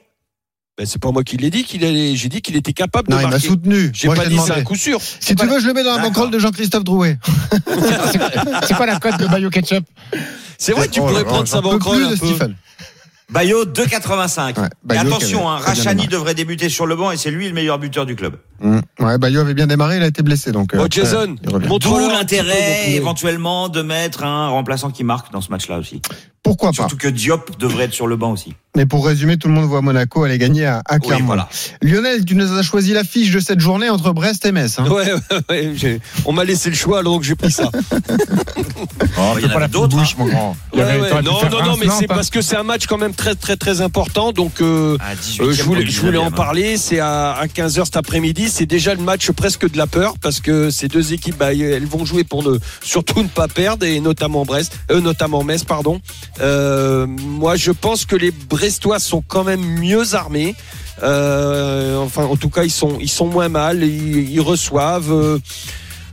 Ben, c'est pas moi qui l'ai dit, qu'il allait- j'ai dit qu'il était capable
Non,
de
il m'a
marquer.
soutenu.
J'ai
Moi,
pas
j'ai
dit c'est un
demandé.
coup sûr.
Si tu veux, je le mets dans la
D'accord.
banquerolle de Jean-Christophe Drouet.
C'est quoi la cote de Bayo Ketchup
C'est vrai, tu
Oh là
pourrais
là,
prendre sa
j'en peux
banquerolle
plus
un
de
peu.
Stephen.
Bayo 2,85.
Ouais,
et
Bayo qui
attention,
avait
hein,
très bien
Rachani
démarré.
devrait débuter sur le banc et c'est lui le meilleur buteur du club.
Mmh. Ouais, Bayo avait bien démarré, il a été blessé donc. euh,
Oh,
après,
Jason,
il revient.
montre-leur
D'où
un petit peu,
l'intérêt
montre-leur.
éventuellement de mettre un remplaçant qui marque dans ce match-là aussi.
Pourquoi pas
Surtout que Diop devrait être sur le banc aussi.
Mais pour résumer, tout le monde voit Monaco aller gagner à, à
Oui,
Clermont.
voilà.
Lionel, tu nous as choisi l'affiche de cette journée entre Brest et Metz. hein.
Ouais, ouais, ouais, j'ai- on m'a laissé le choix, donc j'ai pris ça.
Oh,
Il y
fais
en a
pas la petite
d'autres, hein.
bouche, mon grand. Il y
Ouais,
avait-
ouais.
t'aurais pu
Non,
faire
non,
un
non, mais
slant,
c'est
hein.
parce que c'est un match quand même très, très, très important. Donc, euh,
À 18e,
euh, je voulais,
pour
je voulais en
19e, hein.
parler. C'est à, 15h cet après-midi. C'est déjà le match presque de la peur parce que ces deux équipes, bah, elles vont jouer pour ne surtout ne pas perdre et notamment Brest, euh, notamment Metz, pardon. Euh, moi, je pense que les Brestois sont quand même mieux armés. Euh, enfin, en tout cas, ils sont, ils sont moins mal. Ils, ils reçoivent. euh,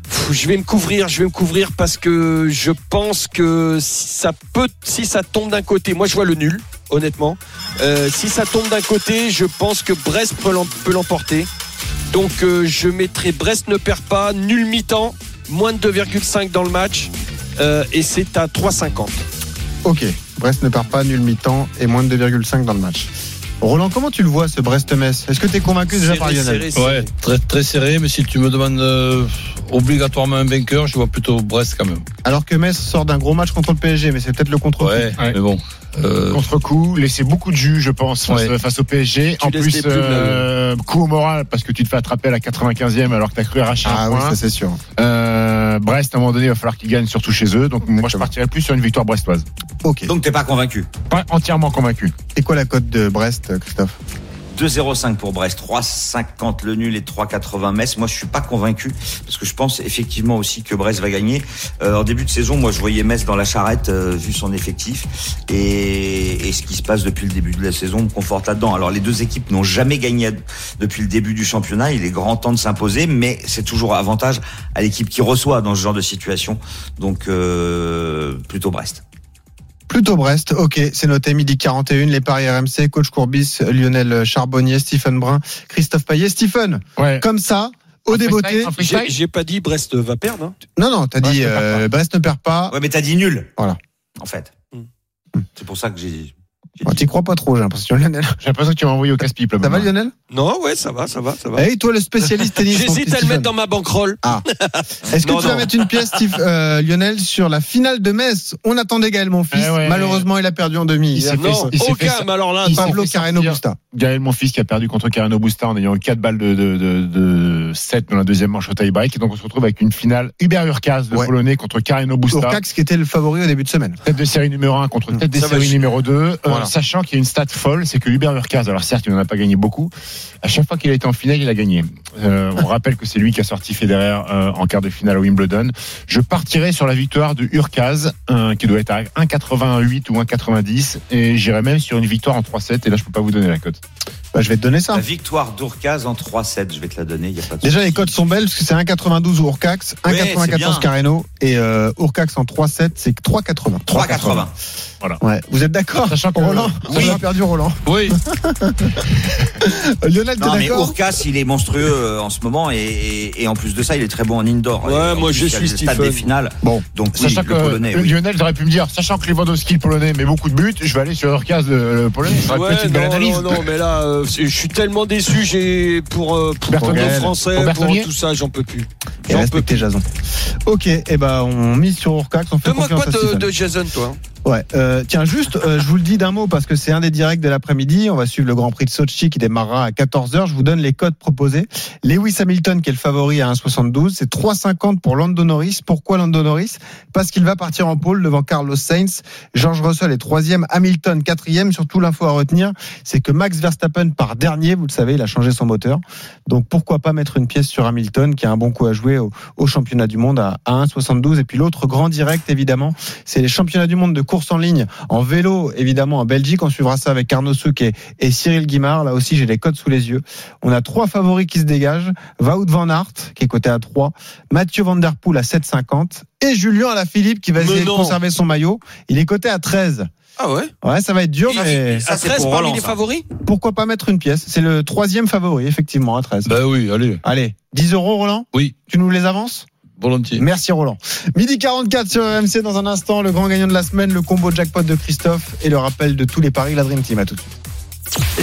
pff, je vais me couvrir, je vais me couvrir parce que je pense que si ça peut, si ça tombe d'un côté, moi je vois le nul, honnêtement. Euh, si ça tombe d'un côté, je pense que Brest peut l'em- peut l'emporter. Donc euh, je mettrai Brest ne perd pas, nul mi-temps, moins de 2,5 dans le match. euh, et c'est à 3,50.
Ok, Brest ne perd pas, nul mi-temps et moins de 2,5 dans le match. Roland, comment tu le vois ce Brest-Metz Est-ce que tu es convaincu déjà par Lionel
Ouais, très, très serré, mais si tu me demandes euh, obligatoirement un vainqueur, je vois plutôt Brest quand même.
Alors que Metz sort d'un gros match contre le PSG, mais c'est peut-être le contre-coup.
Ouais, mais bon.
Euh... Contre-coup, laisser beaucoup de jus, je pense, face,
Ouais.
face au PSG.
Tu
en
laisses
plus,
des plumes, là,
euh, coup au moral parce que tu te fais attraper à la 95e alors que t'as cru arracher
Ah
un
oui,
point.
ça c'est sûr.
Euh, Brest, à un moment donné, il va falloir qu'ils gagnent surtout chez eux. Donc moi, je partirais plus sur une victoire brestoise.
Ok.
Donc t'es pas convaincu.
Pas entièrement convaincu.
C'est quoi la cote de Euh, Brest, Christophe
2,05 pour Brest, 3,50 le nul et 3,80 Metz. Moi, je suis pas convaincu parce que je pense effectivement aussi que Brest va gagner. Euh, en début de saison, moi, je voyais Metz dans la charrette euh, vu son effectif et, et ce qui se passe depuis le début de la saison me conforte là-dedans. Alors, les deux équipes n'ont jamais gagné à- depuis le début du championnat. Il est grand temps de s'imposer, mais c'est toujours avantage à l'équipe qui reçoit dans ce genre de situation. Donc, euh, plutôt Brest.
Plutôt Brest, ok, c'est noté midi 41, les paris RMC, coach Courbis, Lionel Charbonnier, Stephen Brun, Christophe Payet, Stephen. Comme ça, au débeauté.
J'ai- J'ai pas dit Brest va perdre. hein.
Non, non, t'as
Brest
dit
ne perd
euh, Brest ne perd pas.
Ouais, mais t'as dit nul.
Voilà.
En fait,
Hmm.
c'est pour ça que j'ai dit.
Oh, T'y crois pas trop, j'ai l'impression, Lionel.
J'ai l'impression que tu m'as envoyé au casse-pipe là.
Ça va, Lionel
Non, ouais, ça va, ça va, ça va.
Et toi, le spécialiste tennis. mon
J'hésite
petit
à le mettre
Stephen.
dans ma banquerolle.
Ah. Est-ce que
Non,
tu vas
non.
mettre une pièce, Steve- euh, Lionel, sur la finale de Metz On attendait Gaël Monfils.
Eh ouais.
Malheureusement, il a perdu en demi.
Il s'est fait-
Non,
il s'est fait
aucun,
ça.
mais alors là,
Il s'est
Pablo
fait
Carreno
sortir.
Busta.
Gaël, mon fils, qui a perdu contre Carreno Busta en ayant 4 balles de, de, de, 7 dans la deuxième manche au tie-break. Et donc, on se retrouve avec une finale Hubert Urcas, le
Ouais.
Polonais, contre Carreno Busta.
Urcax, qui était le favori au début de semaine.
Tête de série numéro 1
Mmh.
contre tête de
Ça va,
série
je-
numéro 2. euh,
Voilà.
sachant qu'il y a une stat folle, c'est que Hubert Urcas, alors certes, il n'en a pas gagné beaucoup. À chaque fois qu'il a été en finale, il a gagné. Euh, on rappelle que c'est lui qui a sorti Federer euh, en quart de finale à Wimbledon. Je partirai sur la victoire de Urcas, euh, qui doit être à 1,88 ou 1,90. Et j'irai même sur une victoire en 3-7. Et là, je peux pas vous donner la cote.
Bah, je vais te donner ça.
La victoire d'Ourcaz en 3-7, je vais te la donner, il a pas de
Déjà, les
souci.
codes sont belles parce que c'est 1,92 Urcax,
Ouais, c'est
1,94
bien.
Carreno et euh, Urcax en 3,7, c'est 3,80.
3,80.
Ouais. Vous êtes d'accord
Sachant que-
Roland
Oui.
On a perdu Roland.
Oui,
Lionel, t'es
Non, mais
d'accord
Urcas, il est monstrueux euh, en ce moment et, et- et en plus de ça, il est très bon en indoor.
Ouais,
Et en
moi,
plus,
je
il
suis
a le stade
Stephen.
des finales.
Bon.
Donc, oui,
sachant
le
que
Polonais.
euh,
oui.
Lionel, j'aurais pu me dire, sachant que Lewandowski, le Polonais, met beaucoup de buts, je vais aller sur Urcas, le, le Polonais. Ça aurait
Ouais,
peut être une belle
non,
analyse.
non, non, mais là, euh, c'est- je suis tellement déçu. J'ai pour euh, pour
Bertollier.
le français,
Pour
pour,
Bertollier.
tout ça, j'en peux plus.
Et
J'en peux
respectez
plus.
Jason. Ok, et ben on mise sur Urcax, on fait
Demande
confiance
pas
à
de,
Stephen.
de Jason, toi.
Ouais, euh, tiens, juste, euh, je vous le dis d'un mot parce que c'est un des directs de l'après-midi. On va suivre le Grand Prix de Sochi qui démarrera à 14h. Je vous donne les codes proposés. Lewis Hamilton, qui est le favori à 1,72, c'est 3,50 pour Lando Norris. Pourquoi Lando Norris Parce qu'il va partir en pôle devant Carlos Sainz. George Russell est troisième, Hamilton quatrième. Surtout, l'info à retenir, c'est que Max Verstappen part dernier. Vous le savez, il a changé son moteur. Donc, pourquoi pas mettre une pièce sur Hamilton, qui a un bon coup à jouer au, au championnat du monde à, à 1,72. Et puis, l'autre grand direct, évidemment, c'est les championnats du monde de course en ligne en vélo, évidemment, en Belgique. On suivra ça avec Arnaud Souk et, et Cyril Guimard. Là aussi, j'ai les codes sous les yeux. On a trois favoris qui se dégagent. Wout van Aert, qui est coté à 3. Mathieu Van Der Poel à 7,50. Et Julien Alaphilippe, qui va
Mais
essayer
non.
de conserver son maillot. Il est coté à 13.
Ah ouais.
Ouais, ça va être dur,
Et-
mais
Ça,
à
c'est
13
pour
parmi
Roland,
les
ça.
favoris.
pourquoi pas mettre une pièce C'est le troisième favori, effectivement, à 13.
ben oui, allez,
Allez, 10 euros, Roland
Oui.
Tu nous les avances
volontiers.
Merci Roland. Midi 44 sur RMC dans un instant, le grand gagnant de la semaine, le combo jackpot de Christophe et le rappel de tous les paris, la Dream Team à tout de suite.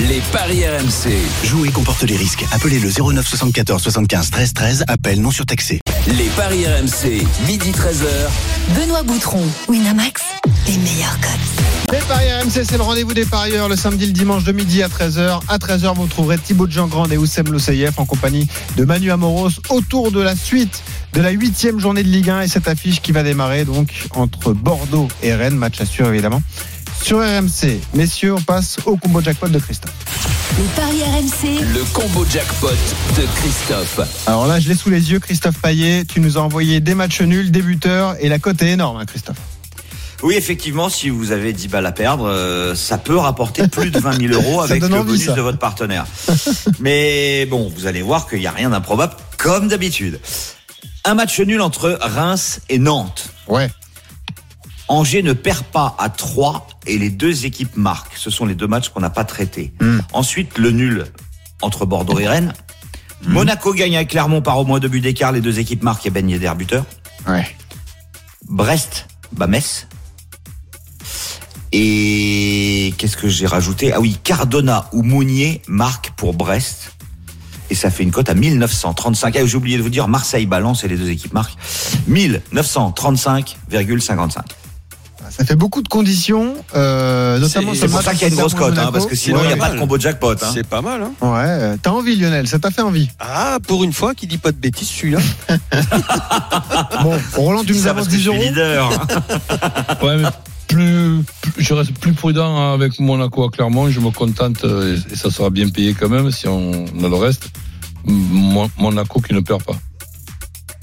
Les paris RMC. Jouer comporte les risques. Appelez le 09 74 75 13 13. Appel non surtaxé. Les paris RMC. Midi 13h.
Benoît Boutron, Winamax, les meilleurs cotes.
Les paris RMC, c'est le rendez-vous des parieurs le samedi, le dimanche de midi à 13h. À 13h, vous trouverez Thibaut de Grande et Oussem Loussaïef en compagnie de Manu Amoros autour de la suite de la huitième journée de Ligue 1 et cette affiche qui va démarrer donc entre Bordeaux et Rennes, match à suivre évidemment. Sur RMC, messieurs, on passe au combo jackpot de Christophe.
Les paris RMC,
Le combo jackpot de Christophe.
Alors là, je l'ai sous les yeux, Christophe Payet. Tu nous as envoyé des matchs nuls, des buteurs, et la cote est énorme, hein, Christophe.
Oui, effectivement, si vous avez 10 balles à perdre, euh, ça peut rapporter plus de 20 000 euros
Ça
avec le
donne envie,
bonus
ça.
de votre partenaire. Mais bon, vous allez voir qu'il n'y a rien d'improbable, comme d'habitude. Un match nul entre Reims et Nantes.
Ouais.
Angers ne perd pas à 3 et les deux équipes marquent. Ce sont les deux matchs qu'on n'a pas traités.
Mm.
Ensuite, le nul entre Bordeaux et Rennes. Monaco gagne à Clermont par au moins deux buts d'écart. Les deux équipes marquent et Ben Yedder buteur.
Ouais.
Brest, bah Metz. Et qu'est-ce que j'ai rajouté Ah oui, Cardona ou Mounier marque pour Brest. Et ça fait une cote à 1935. Ah, j'ai oublié de vous dire, Marseille balance et les deux équipes marquent. 1935,55.
Ah, Ça fait beaucoup de conditions, euh, notamment
C'est pour ça qu'il y a une grosse cote, hein, parce que sinon il n'y a pas de combo jackpot. hein.
C'est pas mal. Hein.
Ouais, euh, t'as envie Lionel, ça t'a fait envie.
Ah, pour une fois qu'il dit pas de bêtises celui-là.
Bon, Roland, tu nous
Ça,
avances
parce que
10
je suis
euros.
leader.
Ouais, mais plus, plus- je reste plus prudent avec Monaco à Clermont. Je me contente euh, et, et ça sera bien payé quand même si on a le reste. Mo- Monaco qui ne perd pas.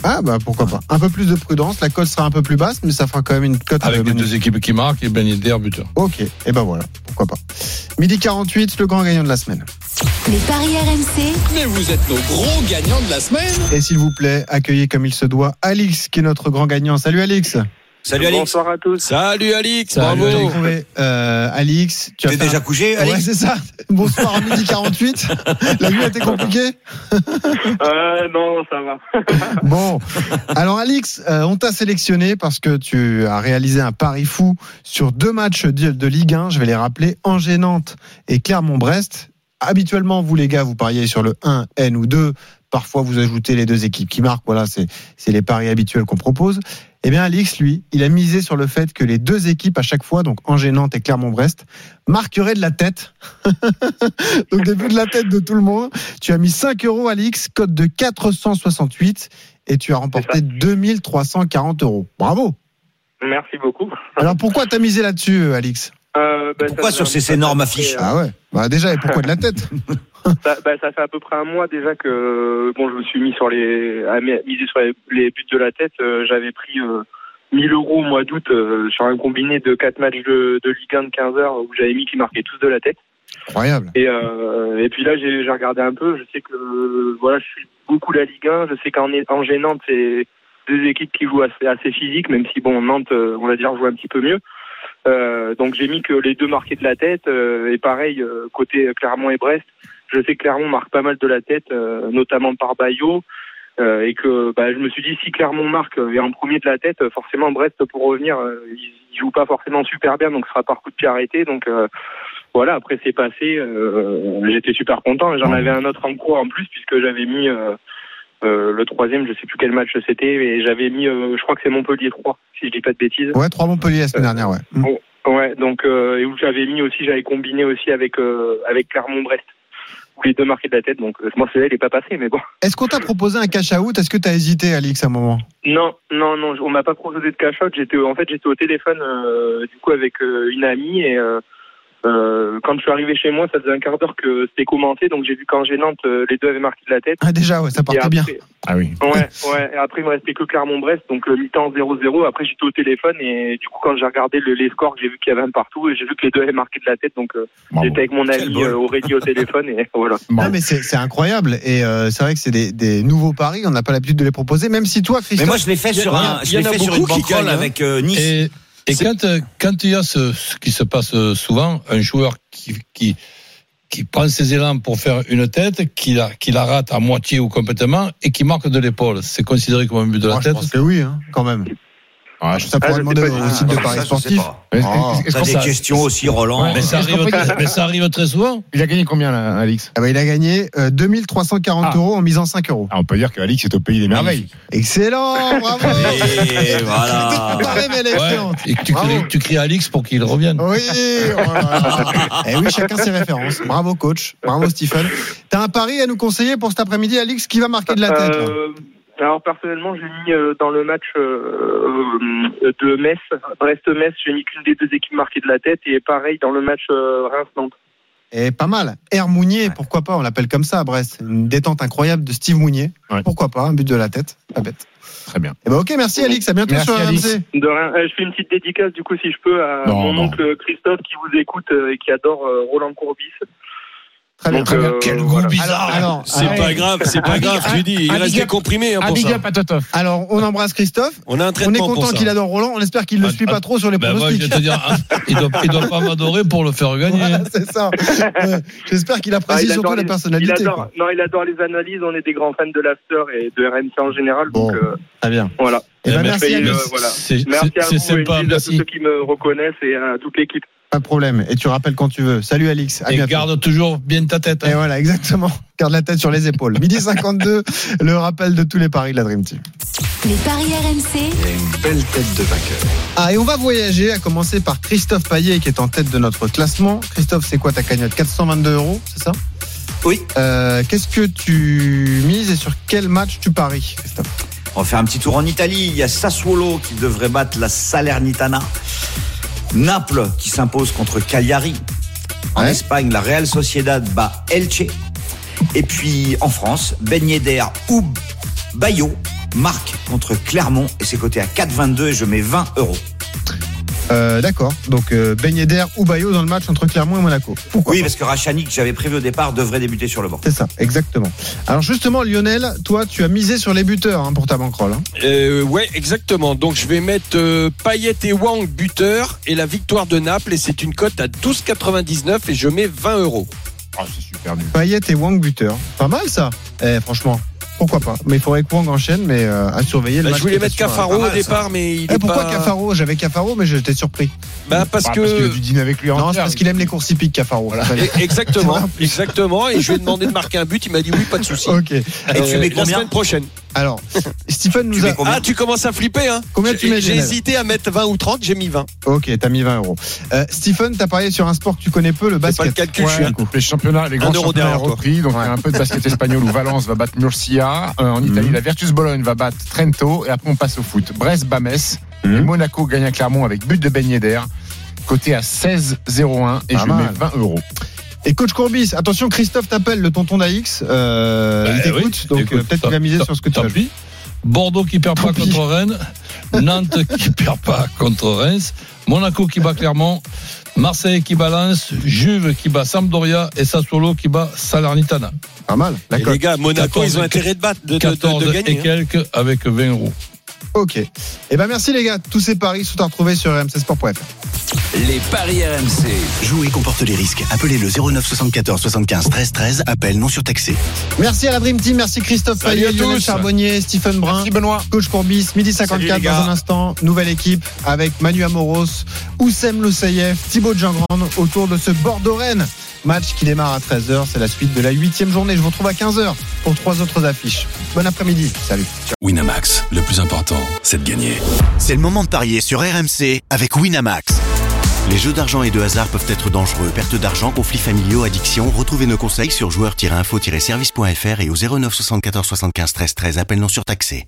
Ah bah pourquoi pas. Un peu plus de prudence, la cote sera un peu plus basse, mais ça fera quand même une cote.
Ah.
un
Avec
peu
les
bonus.
deux équipes qui marquent et Ben Yedder buteur.
Ok, et ben voilà, pourquoi pas. Midi 48, le grand gagnant de la semaine.
Les paris RMC.
Mais vous êtes nos gros gagnants de la semaine.
Et s'il vous plaît, accueillez comme il se doit Alix, qui est notre grand gagnant. Salut Alix.
Salut Alex.
Bonsoir à tous.
Salut Alix,
Salut,
bravo.
j'ai trouvé, euh, Alix, tu as
T'es
fait un-
déjà couché,
Ouais,
Alex
c'est ça. Bonsoir à midi 48. La nuit a été compliquée.
Euh, non, ça va.
Bon. Alors, Alix, euh, on t'a sélectionné parce que tu as réalisé un pari fou sur deux matchs de, de Ligue 1. Je vais les rappeler. Angers-Nantes et Clermont-Brest. Habituellement, vous, les gars, vous pariez sur le 1, N ou 2. Parfois, vous ajoutez les deux équipes qui marquent. Voilà, c'est c'est les paris habituels qu'on propose. Eh bien, Alix, lui, il a misé sur le fait que les deux équipes à chaque fois, donc Angers-Nantes et Clermont-Brest, marqueraient de la tête. donc, début de la tête de tout le monde. Tu as mis 5 euros, Alix, code de 468, et tu as remporté 2340 euros. Bravo
Merci beaucoup.
Alors, pourquoi t'as misé là-dessus, euh, Alix
Ah,
Euh, bah,
Pourquoi
ça
sur
fait un
ces
peu
énormes
près,
affiches
euh,
Ah ouais bah déjà, et pourquoi de la tête
ça, bah, ça fait à peu près un mois déjà que euh, bon, je me suis mis sur les à mi- miser sur les, les buts de la tête. Euh, J'avais pris euh, 1000 euros au mois d'août euh, sur un combiné de quatre matchs de, de Ligue 1 de 15 heures où j'avais mis qui marquaient tous de la tête.
Incroyable.
Et, euh, et puis là, j'ai j'ai regardé un peu. Je sais que euh, voilà, je suis beaucoup la Ligue 1. Je sais qu'en Angers Nantes, c'est deux équipes qui jouent assez, assez physique, même si bon Nantes, euh, on va dire, joue un petit peu mieux. Euh, donc j'ai mis que les deux marqués de la tête. euh, et pareil euh, côté Clermont et Brest. Je sais que Clermont marque pas mal de la tête, euh, notamment par Bayo. Euh, et que bah, je me suis dit si Clermont marque euh, et en premier de la tête, euh, forcément Brest pour revenir, euh, il, il joue pas forcément super bien, donc ce sera par coup de pied arrêté. Donc euh, voilà, après c'est passé, euh, j'étais super content. J'en avais un autre en cours en plus puisque j'avais mis euh, euh, le troisième, je sais plus quel match c'était, mais j'avais mis, euh, je crois que c'est Montpellier 3, si je dis pas de bêtises.
Ouais, trois Montpellier la semaine dernière, ouais. Mm.
Ouais, donc euh, et où j'avais mis aussi, j'avais combiné aussi avec euh, avec Clermont-Brest, où les deux marqués de la tête. Donc euh, moi celui-là il est pas passé, mais bon.
Est-ce qu'on t'a proposé un cash-out Est-ce que t'as hésité, Alix, à un moment
Non, non, non, on m'a pas proposé de cash out. J'étais, en fait, j'étais au téléphone euh, du coup avec euh, une amie et euh, euh, quand je suis arrivé chez moi, ça faisait un quart d'heure que c'était commenté, donc j'ai vu quand j'ai Nantes, euh, les deux avaient marqué de la tête.
Ah déjà, ouais, ça
Et
partait
après-
bien.
Ah oui.
Ouais, ouais. Et après, il me restait que Clermont-Brest, donc le mi-temps 0-0. Après, j'étais au téléphone et du coup, quand j'ai regardé le- les scores, j'ai vu qu'il y avait un partout et j'ai vu que les deux avaient marqué de la tête. Donc, euh,
Bravo.
j'étais avec mon
Quel
ami
bol.
euh, Aurélie au téléphone et voilà.
Non
Bravo.
mais c'est c'est incroyable et euh, c'est vrai que c'est des, des nouveaux paris, on n'a pas l'habitude de les proposer, même si toi
Mais
Christophe...
moi je l'ai fait
y a-
sur un,
il y
je l'ai
en a
fait sur une
beaucoup qui
banquerole
gagnent, hein.
avec euh, Nice.
Et, et quand, euh, quand il y a ce, ce qui se passe euh, souvent, un joueur qui, qui, qui prend ses élans pour faire une tête, qui la, qui la rate à moitié ou complètement et qui marque de l'épaule, c'est considéré comme un but de la
Moi, je
tête.
pense que oui, hein, quand même.
Ah, je-
Ça pourrait
je sais
demander
pas
au
du
au
tout.
site de
Ah,
paris
ça, je sais
sportif.
pas.
Est-ce-
Oh.
est-ce
T'as
qu'on
des
s'a-
questions aussi, Roland.
Mais ça
Est-ce
arrive,
qu'on peut-
mais ça arrive très souvent.
Il a gagné combien, là, Alix
Ah bah, il a gagné euh, 2340
Ah.
euros en misant 5 euros.
ah, On peut dire que Alix est au pays des merveilles.
Excellent, bravo
Et voilà.
Pareil, mais elle est
Ouais.
excellente.
Et tu
Bravo.
cries, tu cries à Alix pour qu'il revienne.
Oui, oh là là. Eh oui, chacun ses références. Bravo coach, bravo Stephen. T'as un pari à nous conseiller pour cet après-midi, Alix, qui va marquer de la tête là
Euh, alors personnellement, j'ai mis euh, dans le match euh, euh, de Metz, Brest-Metz, j'ai mis qu'une des deux équipes marquées de la tête et pareil dans le match euh, Reims-Nantes.
Et pas mal. Air Mounier, pourquoi pas On l'appelle comme ça à Brest. Une détente incroyable de Steve Mounier.
Ouais.
Pourquoi pas Un but de la tête. Pas bête.
Très bien.
Eh ben ok, merci Alix. À bientôt
Merci,
sur
Alix.
RMC.
De rien. Euh, je fais une petite dédicace du coup si je peux à
Non,
mon
non.
oncle Christophe qui vous écoute euh, et qui adore euh, Roland Courbis.
Très bien,
Donc,
très bien.
euh,
Quel goût
voilà.
bizarre. Alors,
C'est
alors,
pas grave, c'est pas
un
grave,
big-
tu dis. Il
un
reste
big
des
up-
comprimés, hein,
un
pour
big
ça.
up à Totov. Alors, on embrasse Christophe.
On a un
On est
traitement pour
content
ça.
qu'il adore Roland. On espère qu'il ne le suit pas trop sur les
Ben moi, je
pronostics.
vais te dire, hein, il doit, il doit pas m'adorer pour le faire gagner.
Voilà, c'est ça. Euh, J'espère qu'il
Ah,
apprécie
il
surtout
adore
la
les-
personnalité.
il adore-
quoi.
non, il adore les analyses. On est des grands fans de l'after et de RMC en général.
Bon.
Donc euh,
Très bien.
voilà.
Eh ben,
Je
merci,
paye,
Alex.
euh, voilà.
C'est-
Merci
c'est-
à
c'est
vous et
sympa,
Gilles, à tous
merci.
ceux qui me reconnaissent et à toute l'équipe.
Pas de problème. Et tu rappelles quand tu veux. Salut Alix. À
Et
bientôt.
garde toujours bien ta tête. hein.
Et voilà, exactement. Garde la tête sur les épaules. Midi 52, le rappel de tous les paris de la Dream Team.
Les paris RMC,
Une belle tête de vainqueur.
Ah, et on va voyager, à commencer par Christophe Payet qui est en tête de notre classement. Christophe, c'est quoi ta cagnotte 422 euros, c'est ça
Oui.
Euh, Qu'est-ce que tu mises et sur quel match tu paries, Christophe
On va faire un petit tour en Italie. Il y a Sassuolo qui devrait battre la Salernitana. Naples qui s'impose contre Cagliari. En Espagne, la Real Sociedad bat Elche. Et puis en France, Ben Yedder ou Bayo marque contre Clermont et c'est coté à 4,22 et je mets 20 euros.
Euh, D'accord, donc euh, Ben Yedder ou Bayo dans le match entre Clermont et Monaco.
oui, parce que Rachani, que j'avais prévu au départ, devrait débuter sur le banc.
C'est ça, exactement. Alors justement, Lionel, toi, tu as misé sur les buteurs hein, pour ta bankroll. hein.
Euh, ouais, exactement. Donc je vais mettre euh, Payet et Wang buteur et la victoire de Naples et c'est une cote à 12,99 et je mets 20 euros.
Ah,
c'est super nul.
Payet et Wang buteur. Pas mal ça Eh, Franchement, pourquoi pas Mais il faudrait que Wang enchaîne, mais euh, à surveiller le
Bah,
match
je voulais
qui était
mettre
sur-
Cafaro
Pas mal,
au
ça.
départ, mais il
Eh,
est
pourquoi
pas-
Cafaro J'avais Cafaro, mais j'étais surpris.
Bah, parce
Ah,
que-
Tu dînes avec lui en
Non, c'est parce qu'il aime les courses hippiques, Cafaro.
Et- Exactement, exactement. Et je lui ai demandé de marquer un but. Il m'a dit oui, pas de souci.
Ok.
Et tu mets la semaine prochaine.
Alors, Stephen nous a.
Ah, tu commences à flipper, hein
Combien tu
J'ai-
mets,
J'ai
Lionel
hésité à mettre 20 ou 30, j'ai mis 20.
Ok, t'as mis 20 euros. Euh, Stephen, t'as parié sur un sport que tu connais peu, le basket.
pas le calcul, je suis
du
un
coup.
Les championnats, Ah, les
Un
grands
euro
championnats
derrière
ont
toi.
repris. Donc, il y a un peu de basket espagnol où Valence va battre Murcia. Euh, en
Mhm.
Italie, la Virtus Bologne va battre Trento. Et après, on passe au foot. Brest bat Metz.
Hmm.
Et Monaco gagne à Clermont avec but de Ben Yedder. Côté à 16,01 et
Pas
je
mal.
mets 20 euros.
Et coach Courbis, attention, Christophe t'appelle, le tonton d'Aix. Euh,
Bah,
il t'écoute,
oui,
donc
écoute,
euh, peut-être
tant-
qu'il va miser
tant-
sur ce que tu
tant
as
pis. Bordeaux qui perd pas contre Rennes, Nantes qui perd pas contre Reims, Monaco qui bat Clermont, Marseille qui bat Lens, Juve qui bat Sampdoria et Sassuolo qui bat Salernitana.
Pas mal,
Bah, Et
d'accord.
les gars, Monaco,
14,
ils ont intérêt de battre, de, de- de- de
14
gagner. hein.
et quelques avec 20 euros.
Ok. Eh ben merci les gars, tous ces paris sont à retrouver sur rmcsport.fr.
Les paris RMC.
Jouer comporte les risques. Appelez le 09 74 75 13 13. Appel non surtaxé.
Merci à la Dream Team, merci Christophe
Salut
Payet,
à
Lionel
tous.
Charbonnier, Stephen Brun,
Merci, Benoît.
coach Courbis, midi 54
Salut, les
dans
gars.
un instant, nouvelle équipe avec Manu Amoros, Oussem Loussaïef, Thibaut Djangrande autour de ce Bordeaux-Rennes. Match qui démarre à 13h, c'est la suite de la huitième journée. Je vous retrouve à 15h pour trois autres affiches. Bon après-midi, salut.
Winamax, le plus important, c'est de gagner.
C'est le moment de parier sur RMC avec Winamax.
Les jeux d'argent et de hasard peuvent être dangereux. Perte d'argent, conflits familiaux, addiction. Retrouvez nos conseils sur joueurs-info-service.fr et au 09 74 75 13 13. Appel non surtaxé.